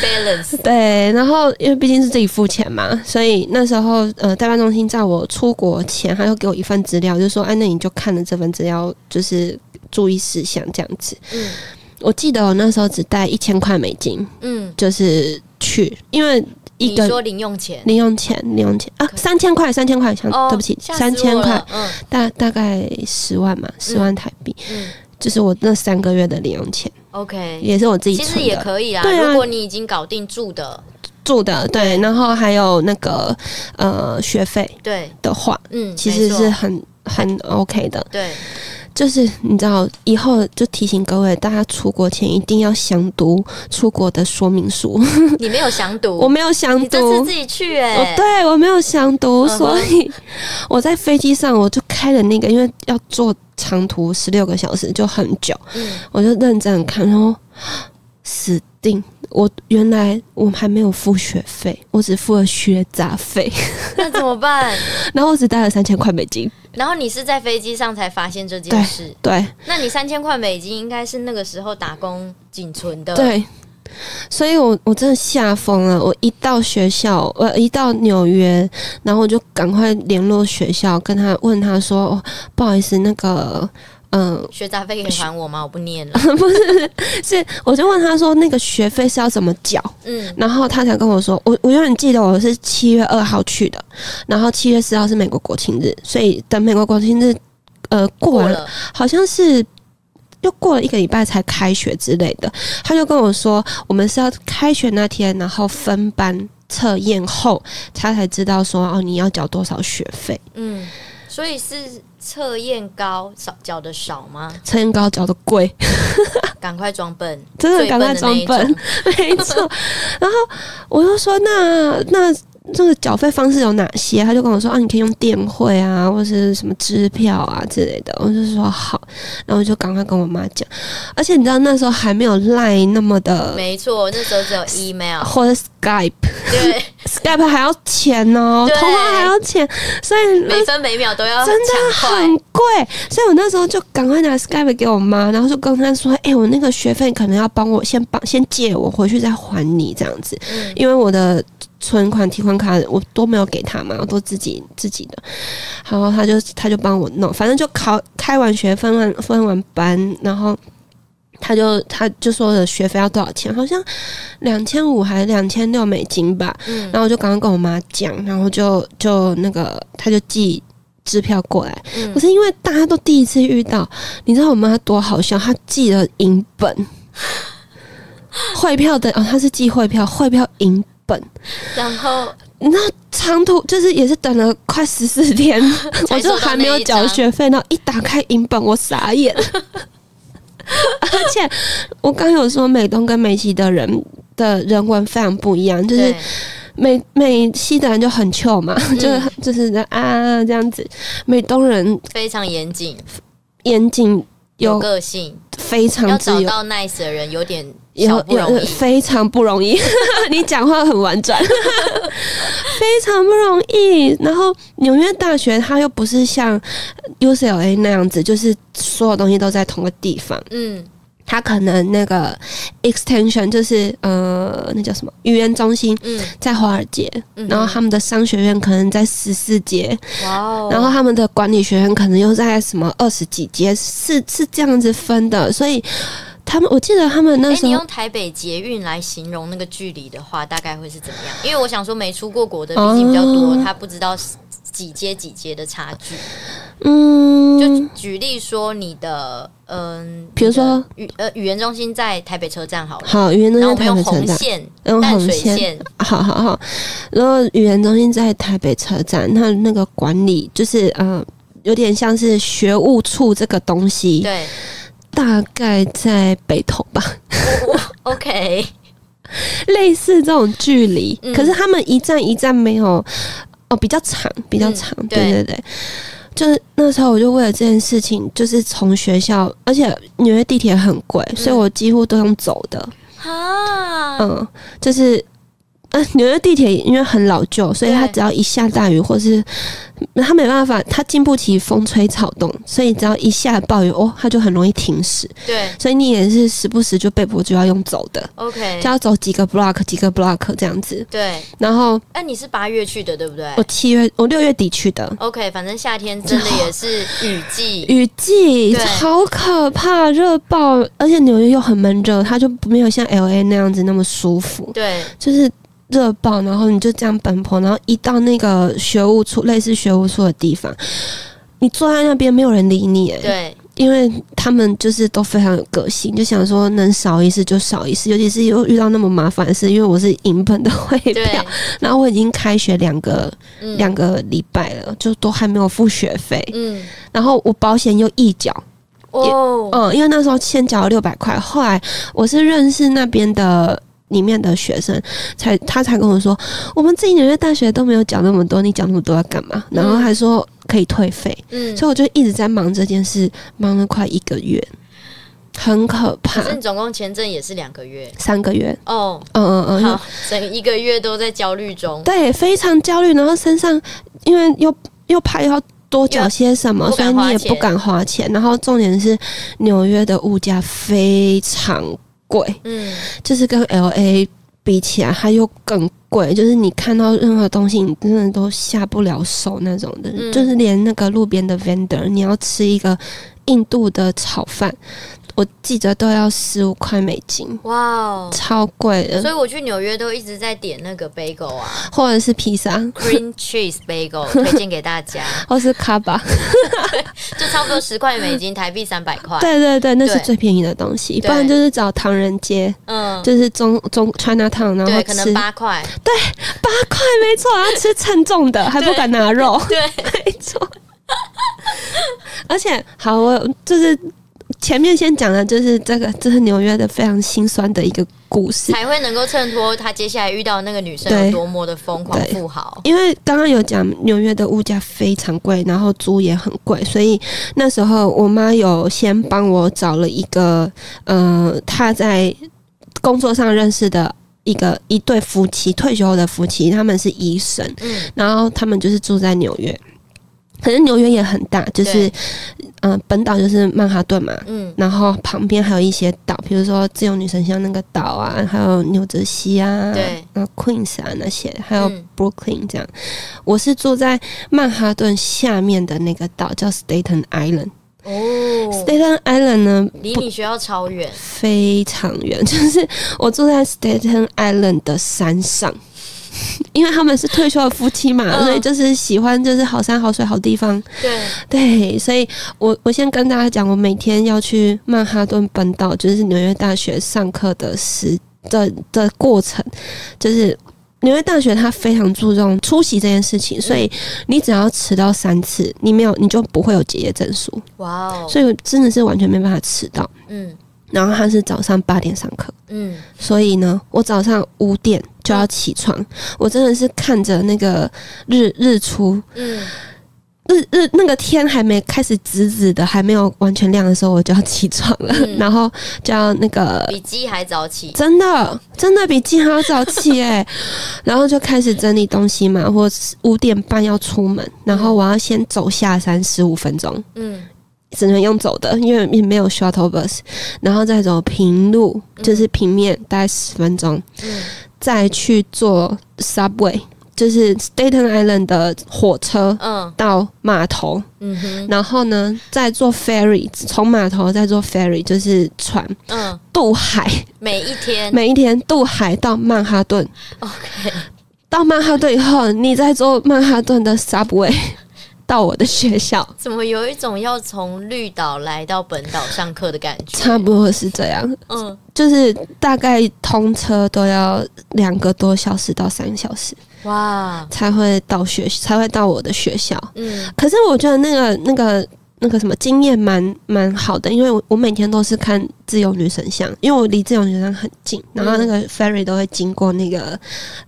Speaker 2: ，balance，
Speaker 1: 对，然后因为毕竟是自己付钱嘛，所以那时候呃，代办中心在我出国前，他又给我一份资料，就说：“哎，那你就看了这份资料，就是注意事项这样子。
Speaker 2: 嗯”
Speaker 1: 我记得我那时候只带一千块美金，
Speaker 2: 嗯，
Speaker 1: 就是去，因为一
Speaker 2: 你
Speaker 1: 个
Speaker 2: 说零用钱，
Speaker 1: 零用钱，零用钱啊，
Speaker 2: 可以
Speaker 1: 三千块，三千块，想、
Speaker 2: 哦，
Speaker 1: 呃对不起，
Speaker 2: 吓死
Speaker 1: 三千
Speaker 2: 我了
Speaker 1: 块，，
Speaker 2: 嗯
Speaker 1: 大大概十万嘛，十万台币，
Speaker 2: 嗯
Speaker 1: 就是我那三个月的零用钱，
Speaker 2: ，OK。
Speaker 1: 也是我自己
Speaker 2: 其实
Speaker 1: 存
Speaker 2: 也
Speaker 1: 的。
Speaker 2: 可以啦，
Speaker 1: 对啊
Speaker 2: 如果你已经搞定住的，
Speaker 1: 住的对，然后还有那个呃学费
Speaker 2: 对，
Speaker 1: 的话，
Speaker 2: 嗯，
Speaker 1: 其实
Speaker 2: 没错
Speaker 1: 是很很 OK 的。
Speaker 2: 对，
Speaker 1: 就是你知道，以后就提醒各位，大家出国前一定要详读出国的说明书。
Speaker 2: 你没有详读，
Speaker 1: 我没有详
Speaker 2: 你这次
Speaker 1: 读
Speaker 2: 自，己去哎、
Speaker 1: 我对我没有详读，
Speaker 2: 嗯哼
Speaker 1: 所以我在飞机上我就开了那个，因为要坐长途十六个小时就很久，
Speaker 2: 嗯，
Speaker 1: 我就认真看，然后死定。我原来我还没有付学费，我只付了学杂费，
Speaker 2: 那怎么办？
Speaker 1: 然后我只带了三千块美金。
Speaker 2: 然后你是在飞机上才发现这件事，
Speaker 1: 对，
Speaker 2: 那你三千块美金应该是那个时候打工仅存的，，
Speaker 1: 对，所以我我真的吓疯了。我一到学校，呃，一到纽约，然后我就赶快联络学校，跟他问他说：“哦，不好意思，那个，嗯、
Speaker 2: 学杂费可以还我吗？我不念了，
Speaker 1: 是，我就问他说那个学费是要怎么缴？”
Speaker 2: 嗯
Speaker 1: 然后他才跟我说，我我永远记得我是七月二号去的，然后七月四号是美国国庆日，所以等美国国庆日，呃， 过
Speaker 2: 过
Speaker 1: 完
Speaker 2: 了，
Speaker 1: 好像是又过了一个礼拜才开学之类的，他就跟我说，我们是要开学那天，然后分班测验后，他才知道说哦，你要缴多少学费，
Speaker 2: 嗯，所以是测验高少缴的少吗？
Speaker 1: 测验高缴的贵，
Speaker 2: 赶快装笨，
Speaker 1: 真的
Speaker 2: 最
Speaker 1: 赶快
Speaker 2: 的那
Speaker 1: 装
Speaker 2: 一
Speaker 1: 笨
Speaker 2: 种，
Speaker 1: 没错。然后我就说那那。这个缴费方式有哪些？他就跟我说啊，你可以用电汇啊，或是什么支票啊之类的。我就说好，然后我就赶快跟我妈讲。而且你知道那时候还没有赖那么的，
Speaker 2: 没错，那时候 只有 email，
Speaker 1: 或者 Skype，
Speaker 2: 对，
Speaker 1: Skype 还要钱哦，
Speaker 2: 对
Speaker 1: 通话还要钱，所以那
Speaker 2: 每分每秒都要
Speaker 1: 真
Speaker 2: 抢
Speaker 1: 的
Speaker 2: 快，
Speaker 1: 很贵。所以我那时候就赶快拿 Skype 给我妈，然后就跟她说：“哎、我那个学费可能要帮我先帮先借我回去再还你这样子，
Speaker 2: 嗯
Speaker 1: 因为我的存款、提款卡我都没有给她嘛，我都自己自己的。”然后她就她就帮我弄，反正就考开完学分完分完班，然后。她就她就说了学费要多少钱，好像两千五还两千六美金吧，
Speaker 2: 嗯
Speaker 1: 然后我就刚刚跟我妈讲，然后就就那个，她就寄支票过来。
Speaker 2: 嗯
Speaker 1: 可是因为大家都第一次遇到，你知道我妈多好笑，她寄了银本，汇票的哦，她是寄汇票，汇票银本。
Speaker 2: 然后
Speaker 1: 那长途就是也是等了快十四 天，我就还没有缴学费，然后一打开银本，我傻眼。 而且我刚有说美东跟美西的人的人文非常不一样，就是
Speaker 2: 对
Speaker 1: 美美西的人就很 chill 嘛，
Speaker 2: 嗯
Speaker 1: 就是就是啊这样子。美东人
Speaker 2: 非常严谨，
Speaker 1: 严谨
Speaker 2: 有
Speaker 1: 有
Speaker 2: 个性，
Speaker 1: 非
Speaker 2: 要
Speaker 1: 常
Speaker 2: 找
Speaker 1: 自由，
Speaker 2: 到 nice 的人有点小
Speaker 1: 有
Speaker 2: 不容
Speaker 1: 有
Speaker 2: 易，
Speaker 1: 非常不容 易。你讲话很婉转， 非常不容易。然后纽约大学它又不是像 UCLA 那样子，就是所有东西都在同个地方。
Speaker 2: 嗯
Speaker 1: 它可能那个 extension 就是呃，那叫什么语言中心
Speaker 2: 嗯
Speaker 1: 在华尔街，
Speaker 2: 嗯，
Speaker 1: 然后他们的商学院可能在十四街，
Speaker 2: 哇哦，
Speaker 1: 然后他们的管理学院可能又在什么二十几节，是是这样子分的，所以他们我记得他们那
Speaker 2: 哎、
Speaker 1: 时
Speaker 2: 你
Speaker 1: 候、
Speaker 2: 用台北捷运来形容那个距离的话，大概会是怎么样？因为我想说，没出过国的毕竟比较多，
Speaker 1: 哦
Speaker 2: 他不知道几阶几阶的差距。就
Speaker 1: 嗯，
Speaker 2: 举例说，你的嗯，
Speaker 1: 比如说
Speaker 2: 你的语呃语言中心在台北车站好了，
Speaker 1: 好语言中
Speaker 2: 然后
Speaker 1: 心
Speaker 2: 我们
Speaker 1: 台
Speaker 2: 用
Speaker 1: 北车
Speaker 2: 红
Speaker 1: 站，
Speaker 2: 线、
Speaker 1: 用
Speaker 2: 淡
Speaker 1: 红
Speaker 2: 水
Speaker 1: 线，
Speaker 2: 线，
Speaker 1: 好好好，然后语言中心在台北车站，那那个管理就是呃。有点像是学务处这个东西，
Speaker 2: 对
Speaker 1: 大概在北投吧，
Speaker 2: ，OK，
Speaker 1: 类似这种距离。
Speaker 2: 嗯
Speaker 1: 可是他们一站一站没有，哦，比较长，比较长，
Speaker 2: 嗯
Speaker 1: 对对
Speaker 2: 对
Speaker 1: 对。就是那时候，我就为了这件事情，就是从学校，而且纽约地铁
Speaker 2: 嗯
Speaker 1: 很贵，所以我几乎都用走的。
Speaker 2: 哈，
Speaker 1: 嗯嗯，就是，呃，纽约地铁因为很老旧，所以它
Speaker 2: 对
Speaker 1: 只要一下大雨，或是嗯它没办法，它经不起风吹草动，所以只要一下暴雨，哦，它就很容易停驶。
Speaker 2: 对
Speaker 1: 所以你也是时不时就被迫就要用走的，
Speaker 2: ，OK，
Speaker 1: 就要走几个 block 几个 block 这样子。
Speaker 2: 对。
Speaker 1: 然后
Speaker 2: 那你是八月去的，对不对
Speaker 1: 我七月，我六月底去的，
Speaker 2: ？OK，反正夏天真的也是雨季，
Speaker 1: 雨季
Speaker 2: 对
Speaker 1: 好可怕，热爆，而且纽约又很闷热，它就没有像 L A 那样子那么舒服，
Speaker 2: 对
Speaker 1: 就是热爆，然后你就这样奔波，然后一到那个学务处，类似学务处的地方，你坐在那边没有人理你，哎，
Speaker 2: 对
Speaker 1: 因为他们就是都非常有个性，就想说能少一事就少一事，尤其是又遇到那么麻烦的事，因为我是银本的汇
Speaker 2: 对
Speaker 1: 票，，然后我已经开学两个
Speaker 2: 嗯
Speaker 1: 两个礼拜了，就都还没有付学费，
Speaker 2: 嗯
Speaker 1: 然后我保险又一缴。
Speaker 2: 哦，
Speaker 1: 嗯，因为那时候先缴了六百块，后来我是认识那边的里面的学生，才他才跟我说，我们自己纽约大学都没有缴那么多，你缴那么多要干嘛？然后还说可以退费，
Speaker 2: 嗯，
Speaker 1: 所以我就一直在忙这件事，忙了快一个月，很可怕
Speaker 2: 可，是你总共签证也是两个月
Speaker 1: 三个月，
Speaker 2: 哦，
Speaker 1: 嗯嗯嗯，因为
Speaker 2: 好，整一个月都在焦虑中，
Speaker 1: 对，非常焦虑，然后身上因为又又怕要。多缴些什么，
Speaker 2: 又不
Speaker 1: 所以你
Speaker 2: 敢
Speaker 1: 也
Speaker 2: 花钱
Speaker 1: 不敢花钱。然后重点是，纽约的物价非常贵，
Speaker 2: 嗯，
Speaker 1: 就是跟 L A 比起来，它又更贵。就是你看到任何东西，你真的都下不了手那种的。
Speaker 2: 嗯
Speaker 1: 就是连那个路边的 vendor，你要吃一个印度的炒饭，我记得都要十五块美金，
Speaker 2: 哇哦。
Speaker 1: 超贵
Speaker 2: 所
Speaker 1: 的。
Speaker 2: 以我去纽约都一直在点那个 bagel 啊
Speaker 1: 或者是披萨，
Speaker 2: ，green cheese bagel 推荐给大 家，
Speaker 1: 或是卡巴，
Speaker 2: 就差不多十块美金，台币三百块。
Speaker 1: 对对对，那是
Speaker 2: 对
Speaker 1: 最便宜的东西。
Speaker 2: 对
Speaker 1: 不然就是找唐人街，
Speaker 2: 嗯，
Speaker 1: 就是中中 China Town，然后
Speaker 2: 对，可能
Speaker 1: 吃八
Speaker 2: 八块。
Speaker 1: 块，没错，要吃称重 的，还不敢拿肉。
Speaker 2: 对，
Speaker 1: 没错。而且，好，我就是前面先讲的，就是这个，这是纽约的非常心酸的一个故事。
Speaker 2: 才会能够衬托他接下来遇到那个女生
Speaker 1: 对
Speaker 2: 有多么的疯狂
Speaker 1: 对
Speaker 2: 富豪。
Speaker 1: 因为刚刚有讲纽约的物价非常贵，然后租也很贵，所以那时候我妈有先帮我找了一个，呃，她在工作上认识的一个呃一对夫妻，退休后的夫妻，他们是医生，
Speaker 2: 嗯，
Speaker 1: 然后他们就是住在纽约，可是纽约也很大，就是
Speaker 2: 对
Speaker 1: 嗯、呃本岛就是曼哈顿嘛，
Speaker 2: 嗯，
Speaker 1: 然后旁边还有一些岛，比如说自由女神像那个岛啊，还有纽泽西啊，
Speaker 2: 对，
Speaker 1: 然后 Queens 啊那些，还有
Speaker 2: 嗯
Speaker 1: Brooklyn 这样。我是住在曼哈顿下面的那个岛，叫 Staten Island。
Speaker 2: 哦，
Speaker 1: Staten Island 呢
Speaker 2: 离你学校超远，
Speaker 1: 非常远， 就是我住在 Staten Island 的山上。 因为他们是退休的夫妻嘛，
Speaker 2: 嗯
Speaker 1: 所以就是喜欢就是好山好水好地方，
Speaker 2: 对，
Speaker 1: 对，所以我我先跟大家讲，我每天要去曼哈顿本岛，就是纽约大学上课的时的的过程，就是纽约大学它非常注重出席这件事情，所以你只要迟到三次，你没有你就不会有结业证书，
Speaker 2: 哇哦，
Speaker 1: 所以真的是完全没办法迟到。
Speaker 2: 嗯
Speaker 1: 然后他是早上八点上课，
Speaker 2: 嗯，
Speaker 1: 所以呢，我早上五点就要起床，我真的是看着那个日日出，
Speaker 2: 嗯，
Speaker 1: 日日那个天还没开始紫紫的，还没有完全亮的时候，我就要起床了，
Speaker 2: 嗯
Speaker 1: 然后就要那个
Speaker 2: 比鸡还早起，
Speaker 1: 真的真的比鸡还要早起哎、然后就开始整理东西嘛，或五点半要出门，然后我要先走下山十五分钟，
Speaker 2: 嗯
Speaker 1: 只能用走的，因为也没有 shuttle bus，然后再走平路，就是平面，大概十分钟，
Speaker 2: 嗯
Speaker 1: 再去坐 subway，就是 Staten Island 的火车
Speaker 2: 嗯
Speaker 1: 到码头。
Speaker 2: 嗯哼，
Speaker 1: 然后呢，再坐 ferry，从码头再坐 ferry，就是船
Speaker 2: 嗯，
Speaker 1: 渡海，
Speaker 2: 每一天
Speaker 1: 每一天渡海到曼哈顿。
Speaker 2: 嗯，OK，
Speaker 1: 到曼哈顿以后，你再坐曼哈顿的 subway 到我的学校，
Speaker 2: 怎么有一种要从绿岛来到本岛上课的感觉？
Speaker 1: 差不多是这样。
Speaker 2: 嗯，
Speaker 1: 就是大概通车都要两个多小时到三个小时
Speaker 2: 哇，
Speaker 1: 才会到学，才会到我的学校。
Speaker 2: 嗯
Speaker 1: 可是我觉得那个那个那个什么经验蛮蛮好的，因为我我每天都是看自由女神像，因为我离自由女神像很近，然后那个
Speaker 2: 嗯
Speaker 1: ferry 都会经过那个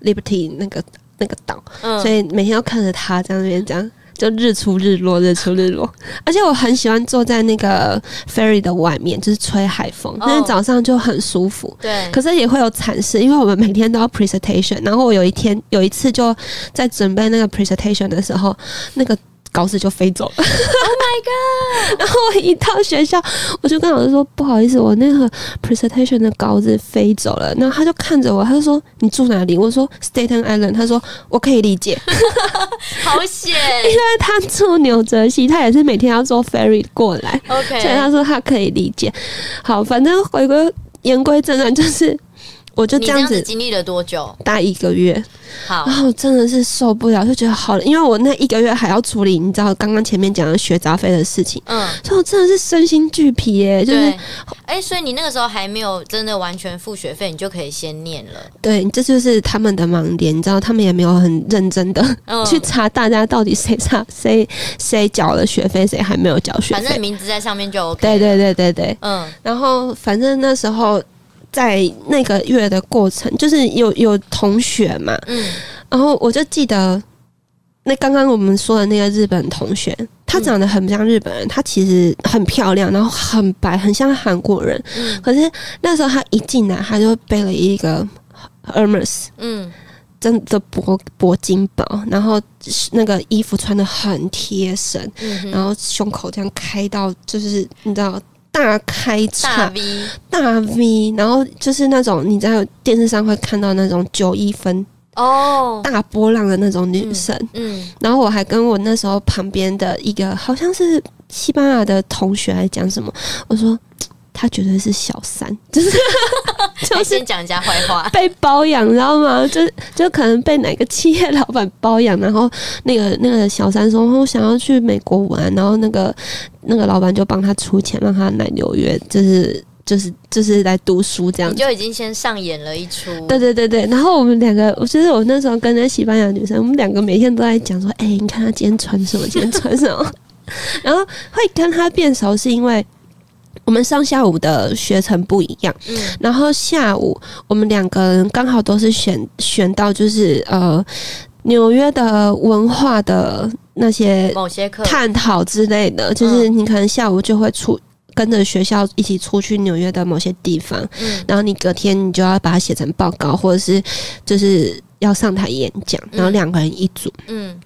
Speaker 1: Liberty 那个那个岛，
Speaker 2: 嗯，
Speaker 1: 所以每天都看着它这样那边这样。就日出日落，日出日 落。而且我很喜欢坐在那个 ferry 的外面，就是吹海风，
Speaker 2: 哦
Speaker 1: 但是早上就很舒服。
Speaker 2: 对，
Speaker 1: 可是也会有惨事，因为我们每天都要 presentation，然后我有一天有一次就在准备那个 presentation 的时候，那个稿纸就飞走了。Oh my god！然后我一到学校，我就跟老师说不好意思，我那个 presentation 的稿纸飞走了。然后他就看着我，他就说你住哪里？我说 Staten Island。他说我可以理解， 因
Speaker 2: 好 险
Speaker 1: 为他住纽泽西，他也是每天要坐 ferry 过来。
Speaker 2: ，OK，
Speaker 1: 所以他说他可以理解。好，反正回归言归正传，就是我就
Speaker 2: 你
Speaker 1: 这
Speaker 2: 这样
Speaker 1: 样
Speaker 2: 子
Speaker 1: 子
Speaker 2: 经历了多久？
Speaker 1: 待一个月，
Speaker 2: 好
Speaker 1: 然，后我真的是受不了，就觉得好了，因为我那一个月还要处理，你知道刚刚前面讲的学杂费的事情，
Speaker 2: 嗯，
Speaker 1: 所以我真的是身心俱疲耶、就是
Speaker 2: 对，哎、所以你那个时候还没有真的完全付学费，你就可以先念了。
Speaker 1: 对，这就是他们的盲点，你知道他们也没有很认真的
Speaker 2: 嗯，
Speaker 1: 去查大家到底谁查谁谁缴了学费，谁还没有缴学
Speaker 2: 反正
Speaker 1: 费，
Speaker 2: 名字在上面就 OK。
Speaker 1: 对对对对对，
Speaker 2: 嗯，
Speaker 1: 然后反正那时候在那个月的过程，就是有有同学嘛，
Speaker 2: 嗯
Speaker 1: 然后我就记得那刚刚我们说的那个日本同学，她长得很像日本人，她其实很漂亮，然后很白，很像韩国人。
Speaker 2: 嗯
Speaker 1: 可是那时候她一进来，她就背了一个 Hermes。
Speaker 2: 嗯，
Speaker 1: 真的铂铂金包，然后那个衣服穿的很贴身，
Speaker 2: 嗯哼
Speaker 1: 然后胸口这样开到，就是你知道大开
Speaker 2: 大
Speaker 1: 叉，
Speaker 2: V
Speaker 1: 大 V，然后就是那种你在电视上会看到那种九一分
Speaker 2: 哦，
Speaker 1: 大波浪的那种女生。
Speaker 2: 嗯
Speaker 1: 然后我还跟我那时候旁边的一个好像是西班牙的同学还讲什么，我说他绝对是小三， 就是就
Speaker 2: 还
Speaker 1: 是。
Speaker 2: 哎先讲人家坏话
Speaker 1: 被包养，你知道吗？就是就可能被哪个企业老板包养，然后那个那个小三说哦我想要去美国玩，然后那个那个老板就帮他出钱，让他来纽约，就是就是就是来读书这样
Speaker 2: 你
Speaker 1: 子。
Speaker 2: 就已经先上演了一出，
Speaker 1: 对对对对，然后我们两个，我就是我那时候跟那西班牙女生，我们两个每天都在讲说，哎、你看她今天穿什么，今天穿什么， 然后会跟她变熟，是因为我们上下午的学程不一样。
Speaker 2: 嗯
Speaker 1: 然后下午我们两个人刚好都是选选到就是呃纽约的文化的那些
Speaker 2: 某些课，
Speaker 1: 探讨之类的，就是你可能下午就会出。跟着学校一起出去纽约的某些地方，
Speaker 2: 嗯
Speaker 1: 然后你隔天你就要把它写成报告，或者是就是要上台演讲，然后两个人一组，
Speaker 2: 嗯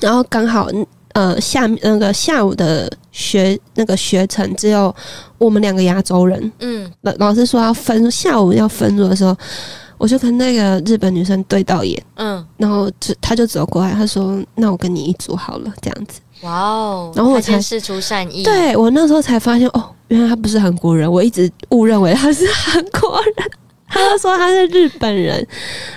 Speaker 1: 然后刚好呃下那个下午的学那个学程只有我们两个亚洲人，
Speaker 2: 嗯，
Speaker 1: 老老师说要分下午要分组的时候，我就跟那个日本女生对到眼，
Speaker 2: 嗯，
Speaker 1: 然后就她就走过来，她说：“那我跟你一组好了。”这样子，
Speaker 2: 哇哦，
Speaker 1: 然后我
Speaker 2: 他先
Speaker 1: 才
Speaker 2: 试出善意，，
Speaker 1: 对我那时候才发现哦，原来她不是韩国人，我一直误认为她是韩国人， 她就说她是日本人，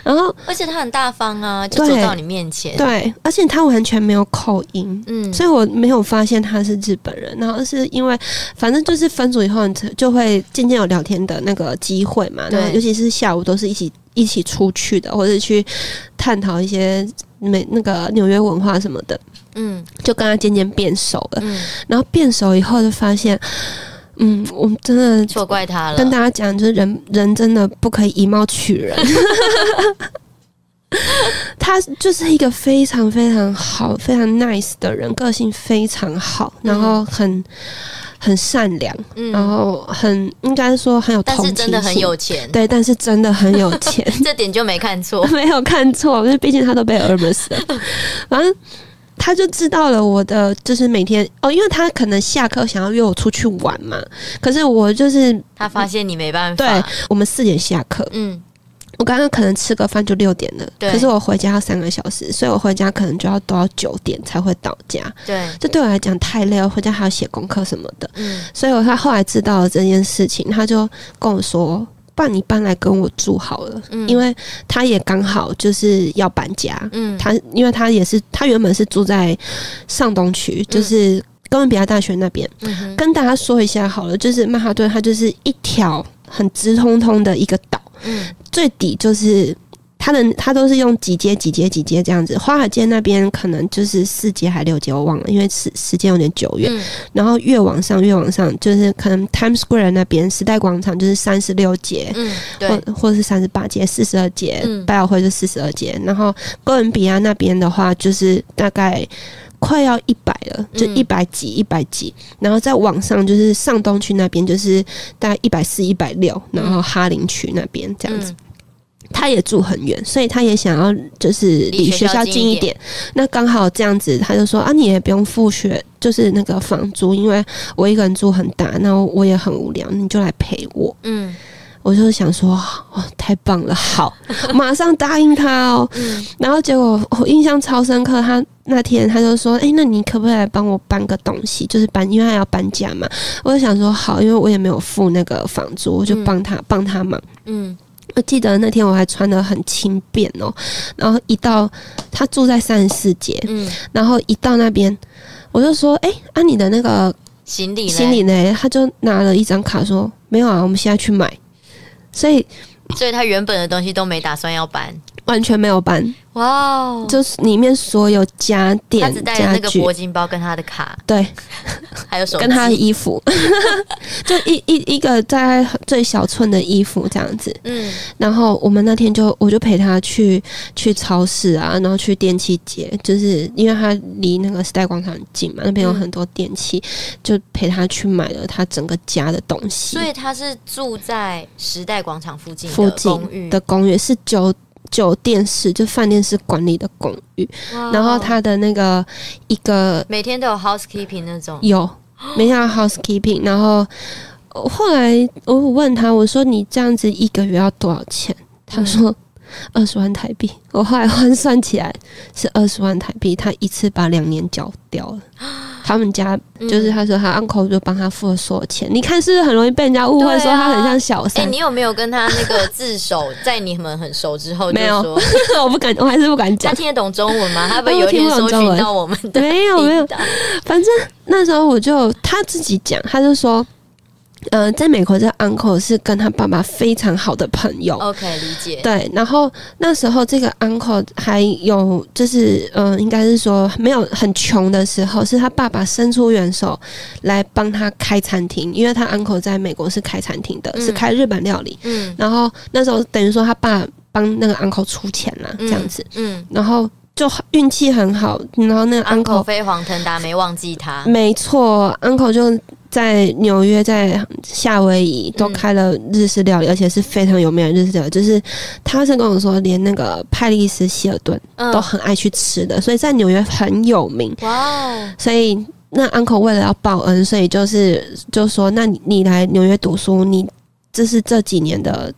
Speaker 1: 然后
Speaker 2: 而且他很大方啊，就走
Speaker 1: 对
Speaker 2: 到你面前，，
Speaker 1: 对，而且她完全没有口音。
Speaker 2: 嗯，
Speaker 1: 所以我没有发现她是日本人，然后是因为反正就是分组以后，你才就会渐渐有聊天的那个机会嘛。
Speaker 2: 对
Speaker 1: 然后尤其是下午都是一起一起出去的，或者去探讨一些美那个纽约文化什么的，
Speaker 2: 嗯
Speaker 1: 就跟她渐渐变熟了。
Speaker 2: 嗯，
Speaker 1: 然后变熟以后就发现，嗯，我们真的
Speaker 2: 错怪他了，
Speaker 1: 跟大家讲，就是人人真的不可以以貌取人。 他就是一个非常非常好、非常 nice 的人，个性非常好，然后很很善良，然
Speaker 2: 嗯，
Speaker 1: 后很应该说很有同
Speaker 2: 但
Speaker 1: 情
Speaker 2: 是
Speaker 1: 心，
Speaker 2: 真的很有钱，
Speaker 1: 对，但是真的很有 钱，，
Speaker 2: 这点就没看错
Speaker 1: 没有看错，因为毕竟他都被 Hermes 了，反正。他就知道了我的，就是每天哦，因为他可能下课想要约我出去玩嘛，可是我就是
Speaker 2: 他发现你没办法，
Speaker 1: 对，我们四点下课，
Speaker 2: 嗯，
Speaker 1: 我刚刚可能吃个饭就六点了，
Speaker 2: 对
Speaker 1: 可是我回家要三个小时，所以我回家可能就要都要九点才会到家，
Speaker 2: 对，
Speaker 1: 这对我来讲太累了，回家还要写功课什么的，
Speaker 2: 嗯，
Speaker 1: 所以我他后来知道了这件事情，他就跟我说。不然你搬来跟我住好了，
Speaker 2: 嗯
Speaker 1: 因为他也刚好就是要搬家，
Speaker 2: 嗯，
Speaker 1: 他因为他也是他原本是住在上东区，就是哥伦比亚大学那边，
Speaker 2: 嗯哼，
Speaker 1: 跟大家说一下好了，就是曼哈顿它就是一条很直通通的一个岛，
Speaker 2: 嗯
Speaker 1: 最底就是它的，它都是用几阶、几阶、几阶这样子。华尔街那边可能就是四阶还六阶，我忘了，因为时时间有点久远。
Speaker 2: 嗯
Speaker 1: 然后越往上，越往上，就是可能 Times Square 那边时代广场就是三十六阶。
Speaker 2: 嗯，对，
Speaker 1: 或或是三十八阶、四十二阶
Speaker 2: 嗯，
Speaker 1: 百老汇是四十二阶，然后哥伦比亚那边的话，就是大概快要一百了，就
Speaker 2: 嗯
Speaker 1: 一百几、一百几，然后再往上就是上东区那边，就是大概一百四、一百六，然后哈林区那边这样子。
Speaker 2: 嗯
Speaker 1: 他也住很远，所以他也想要就是
Speaker 2: 离
Speaker 1: 离
Speaker 2: 学
Speaker 1: 学
Speaker 2: 校
Speaker 1: 校
Speaker 2: 近
Speaker 1: 近
Speaker 2: 一
Speaker 1: 一
Speaker 2: 点
Speaker 1: 点。那刚好这样子，他就说啊，你也不用付学，就是那个房租，因为我一个人住很大，那我也很无聊，你就来陪我。
Speaker 2: 嗯
Speaker 1: 我就想说，哇，太棒了， 好，马上答应他哦。
Speaker 2: 嗯
Speaker 1: 然后结果我印象超深刻，他那天他就说：“哎、那你可不可以来帮我搬个东西？就是搬，因为他要搬家嘛。”我就想说好，因为我也没有付那个房租，我就
Speaker 2: 嗯
Speaker 1: 帮他帮、他忙。
Speaker 2: 嗯，
Speaker 1: 我记得那天我还穿的很轻便哦，然后一到他住在三十四街，
Speaker 2: 嗯，
Speaker 1: 然后一到那边我就说：“哎、啊你的那个
Speaker 2: 行李嘞
Speaker 1: 行李呢？”他就拿了一张卡说：“没有啊，我们现在去买。”所以
Speaker 2: 所以他原本的东西都没打算要搬。
Speaker 1: 完全没有搬，
Speaker 2: 哇哦，
Speaker 1: 就是里面所有家
Speaker 2: 他
Speaker 1: 电
Speaker 2: 只带了
Speaker 1: 家
Speaker 2: 那个
Speaker 1: 具
Speaker 2: 铂，金包跟他的卡，
Speaker 1: 对，
Speaker 2: 还有手机
Speaker 1: 跟他的衣服， 就一一一个在最小寸的衣服这样子。
Speaker 2: 嗯
Speaker 1: 然后我们那天就我就陪他去去超市啊，然后去电器街，就是因为他离那个时代广场很近嘛，那边有
Speaker 2: 嗯
Speaker 1: 很多电器，就陪他去买了他整个家的东西
Speaker 2: 所。以他是住在时代广场附近
Speaker 1: 附
Speaker 2: 的
Speaker 1: 近
Speaker 2: 公寓
Speaker 1: 的，公寓是酒酒店式，就饭店式管理的公寓，
Speaker 2: 哇哦
Speaker 1: 然后他的那个一个
Speaker 2: 每天都有 housekeeping 那种，
Speaker 1: 有，没想到 housekeeping。然后呃后来我问他，我说你这样子一个月要多少钱？他
Speaker 2: 嗯
Speaker 1: 说二十万台币。我后来换算起来是二十万台币，他一次把两年缴掉了。他们家
Speaker 2: 嗯
Speaker 1: 就是他说他 uncle 就帮他付了所有钱，你看是不是很容易被人家误会
Speaker 2: 对啊
Speaker 1: 说他很像小
Speaker 2: 哎、
Speaker 1: 三？
Speaker 2: 你有 没有跟他那个自首，在你们很熟之后就
Speaker 1: 没有
Speaker 2: 说，
Speaker 1: 我不敢，我还是不敢
Speaker 2: 他
Speaker 1: 讲。
Speaker 2: 听得懂中文 吗？他会不会有一天
Speaker 1: 听不
Speaker 2: 搜
Speaker 1: 懂中文
Speaker 2: 寻到我们的
Speaker 1: 没有没有
Speaker 2: 频，道？
Speaker 1: 反正那时候我就他自己讲，他就说，呃，在美国这个 uncle 是跟他爸爸非常好的朋友，
Speaker 2: OK，理解。
Speaker 1: 对，然后那时候这个 uncle 还有就是，嗯、应该是说没有很穷的时候，是他爸爸伸出援手来帮他开餐厅，因为他 uncle 在美国是开餐厅的，是
Speaker 2: 嗯
Speaker 1: 开日本料理。
Speaker 2: 嗯，
Speaker 1: 然后那时候等于说他爸帮那个 uncle 出钱啦，
Speaker 2: 嗯
Speaker 1: 这样子，，
Speaker 2: 嗯。
Speaker 1: 然后就运气很好，然后那个
Speaker 2: uncle
Speaker 1: uncle 嗯
Speaker 2: 飞黄腾达没忘记他，
Speaker 1: 没错，uncle 就。在纽约，在夏威夷都
Speaker 2: 嗯
Speaker 1: 开了日式料理，而且是非常有名的日式料理。就是他是跟我说，连那个派丽斯希尔顿
Speaker 2: 嗯
Speaker 1: 都很爱去吃的，所以在纽约很有名。
Speaker 2: 哇哦，
Speaker 1: 所以那 uncle 为了要报恩，所以就是就说，那你你来纽约读书，你这是这几年的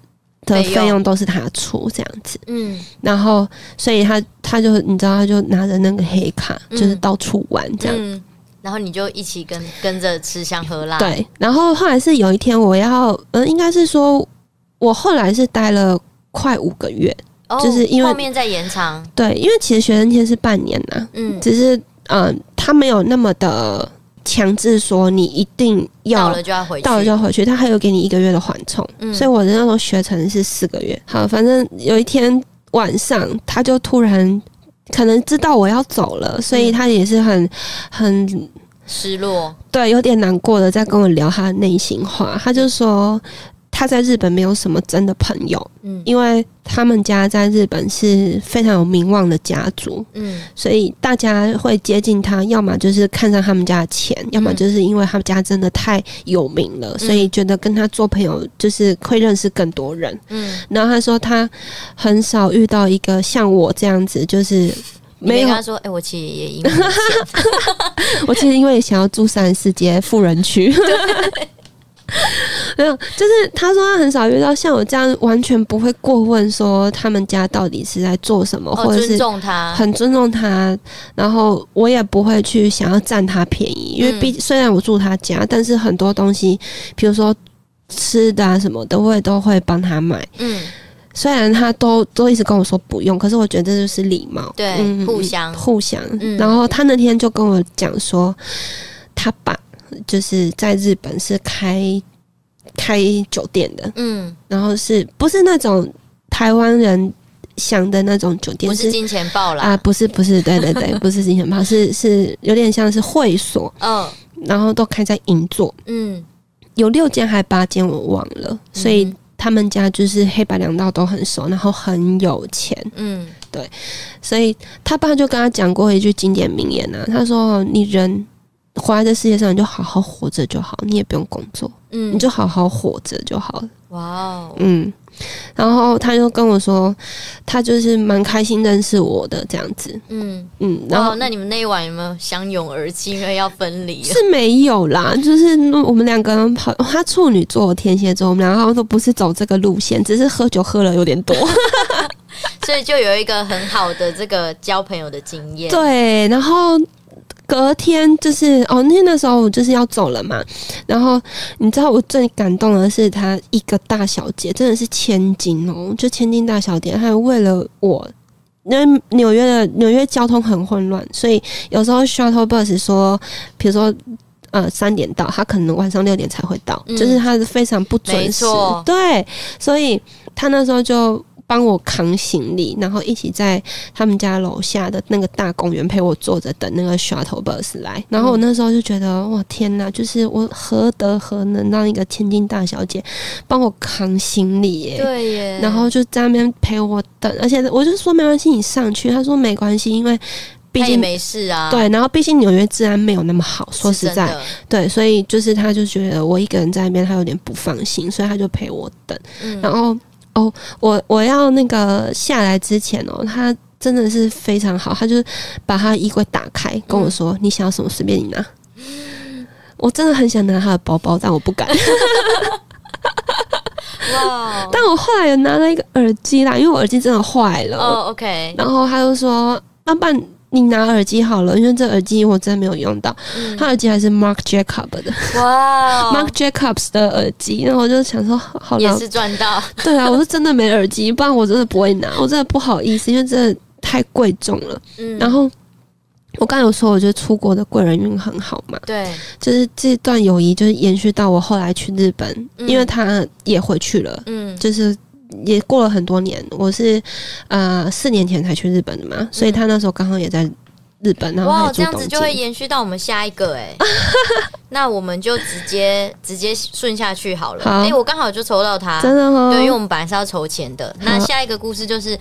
Speaker 1: 的
Speaker 2: 费用
Speaker 1: 费用都是他出这样子。
Speaker 2: 嗯
Speaker 1: 然后，所以他他就你知道，他就拿着那个黑卡，就是
Speaker 2: 嗯
Speaker 1: 到处玩这样。
Speaker 2: 嗯，然后你就一起跟跟着吃香喝辣，，
Speaker 1: 对，然后后来是有一天我要，呃，应该是说，我后来是待了快五个月，
Speaker 2: 哦、
Speaker 1: 就是因为
Speaker 2: 后面再延长，
Speaker 1: 对，因为其实学生签是半年呐、
Speaker 2: 嗯，
Speaker 1: 只是嗯、呃，他没有那么的强制说你一定
Speaker 2: 到
Speaker 1: 要
Speaker 2: 了就要回去，
Speaker 1: 到了就要回去，他还有给你一个月的缓冲，
Speaker 2: 嗯
Speaker 1: 所以我的那时候学成是四个月。好，反正有一天晚上，他就突然可能知道我要走了，所以
Speaker 2: 嗯
Speaker 1: 他也是很很
Speaker 2: 失落，
Speaker 1: 对，有点难过的在跟我聊他的内心话。他就说他在日本没有什么真的朋友，
Speaker 2: 嗯
Speaker 1: 因为他们家在日本是非常有名望的家族，
Speaker 2: 嗯
Speaker 1: 所以大家会接近他，要么就是看上他们家的钱，要么就是因为他们家真的太有名了，所以觉得跟他做朋友就是会认识更多人。
Speaker 2: 嗯，
Speaker 1: 然后他说他很少遇到一个像我这样子，就是。
Speaker 2: 你没
Speaker 1: 没有
Speaker 2: 跟，他说，哎、我其实也因为 你欠
Speaker 1: 我其实因为想要住三十四街富人区， 没有，就是他说他很少遇到像我这样完全不会过问说他们家到底是在做什么，
Speaker 2: 哦，
Speaker 1: 或者
Speaker 2: 尊
Speaker 1: 是
Speaker 2: 重他，
Speaker 1: 很尊重他，然后我也不会去想要占他便宜，因
Speaker 2: 嗯
Speaker 1: 为毕虽然我住他家，但是很多东西，比如说吃的啊什么的，我也都会帮他买。
Speaker 2: 嗯，
Speaker 1: 虽然他都都一直跟我说不用，可是我觉得这就是礼貌，嗯
Speaker 2: 对互相
Speaker 1: 互相。
Speaker 2: 嗯
Speaker 1: 然后他那天就跟我讲说，他爸就是在日本是开开酒店的，
Speaker 2: 嗯，
Speaker 1: 然后是不是那种台湾人想的那种酒
Speaker 2: 不
Speaker 1: 店？
Speaker 2: 是金钱豹啦，
Speaker 1: 啊，不是不是，对对对，不是金钱豹， 是是有点像是会所，
Speaker 2: 嗯
Speaker 1: 然后都开在银座，
Speaker 2: 嗯
Speaker 1: 有六间还八间我忘了，所以
Speaker 2: 嗯
Speaker 1: 他们家就是黑白两道都很熟，然后很有钱。
Speaker 2: 嗯，
Speaker 1: 对，所以他爸就跟他讲过一句经典名言啊，他说：“你人活在这世界上，你就好好活着就好，你也不用工作，
Speaker 2: 嗯
Speaker 1: 你就好好活着就好了。”
Speaker 2: 哇哦，
Speaker 1: 嗯，然后他就跟我说，他就是蛮开心认识我的这样子，
Speaker 2: 嗯，
Speaker 1: 嗯，然
Speaker 2: 哇
Speaker 1: 后
Speaker 2: 哦，那你们那一晚有没有相拥而泣，因为要分离了？
Speaker 1: 是没有啦，就是我们两个人跑，他处女座，我天蝎座，我们两个都不是走这个路线，只是喝酒喝了有点多，
Speaker 2: 所以就有一个很好的这个交朋友的经验。
Speaker 1: 对，然后。隔天就是哦，那那时候我就是要走了嘛，然后你知道我最感动的是她一个大小姐，真的是千金哦，就千金大小姐，她还为了我，因为纽约的纽约交通很混乱，所以有时候 shuttle bus 说，比如说呃三点到，她可能晚上六点才会到，
Speaker 2: 嗯
Speaker 1: 就是她是非常不准
Speaker 2: 没
Speaker 1: 时
Speaker 2: 错，
Speaker 1: 对，所以她那时候就。帮我扛行李，然后一起在他们家楼下的那个大公园陪我坐着等那个 shuttle bus 来。然
Speaker 2: 嗯
Speaker 1: 后我那时候就觉得，哇天哪！就是我何德何能让一个千金大小姐帮我扛行李耶？
Speaker 2: 对耶，
Speaker 1: 然后就在那边陪我等，而且我就说没关系，你上去。他说没关系，因为毕
Speaker 2: 他也
Speaker 1: 竟
Speaker 2: 没事啊。
Speaker 1: 对，然后毕竟纽约治安没有那么好，说
Speaker 2: 是
Speaker 1: 实
Speaker 2: 真
Speaker 1: 在，
Speaker 2: 的，
Speaker 1: 对，所以就是他就觉得我一个人在那边，他有点不放心，所以他就陪我等。
Speaker 2: 嗯
Speaker 1: 然后哦，我我要那个下来之前哦，他真的是非常好，他就把他衣柜打开，跟
Speaker 2: 嗯
Speaker 1: 我说、你想要什么随便你拿。我真的很想拿他的包包，但我不敢。
Speaker 2: 哇哦，
Speaker 1: 但我后来有拿了一个耳机啦，因为我耳机真的坏了。
Speaker 2: 哦，OK，
Speaker 1: 然后他就说：“阿、啊、然你拿耳机好了，因为这耳机我真的没有用到。
Speaker 2: 嗯
Speaker 1: 他耳机还是 Mark Jacob 的、
Speaker 2: 哇
Speaker 1: Mark
Speaker 2: 哦，
Speaker 1: Jacobs 的耳机。然后我就想说，好好
Speaker 2: 也
Speaker 1: 了，
Speaker 2: 是赚到，
Speaker 1: 对啊，我是真的没耳机，不然我真的不会拿，我真的不好意思，因为真的太贵重了。
Speaker 2: 嗯，
Speaker 1: 然后我刚才有说，我觉得出国的贵人运很好嘛，
Speaker 2: 对，
Speaker 1: 就是这段友谊就是延续到我后来去日本，
Speaker 2: 嗯
Speaker 1: 因为他也回去了，
Speaker 2: 嗯，
Speaker 1: 就是也过了很多年，我是呃四年前才去日本的嘛，所以他那时候刚好也在日本，然后
Speaker 2: 嗯哇
Speaker 1: 他
Speaker 2: 哦，
Speaker 1: 也
Speaker 2: 这
Speaker 1: 住
Speaker 2: 样
Speaker 1: 东
Speaker 2: 子
Speaker 1: 京
Speaker 2: 就。会延续到我们下一个 哎、那我们就直接直接顺下去好了。
Speaker 1: 好
Speaker 2: 哎、我刚好就抽到他，
Speaker 1: 真的哦，
Speaker 2: 对，因为我们本来是要筹钱的。那
Speaker 1: 好
Speaker 2: 下一个故事就是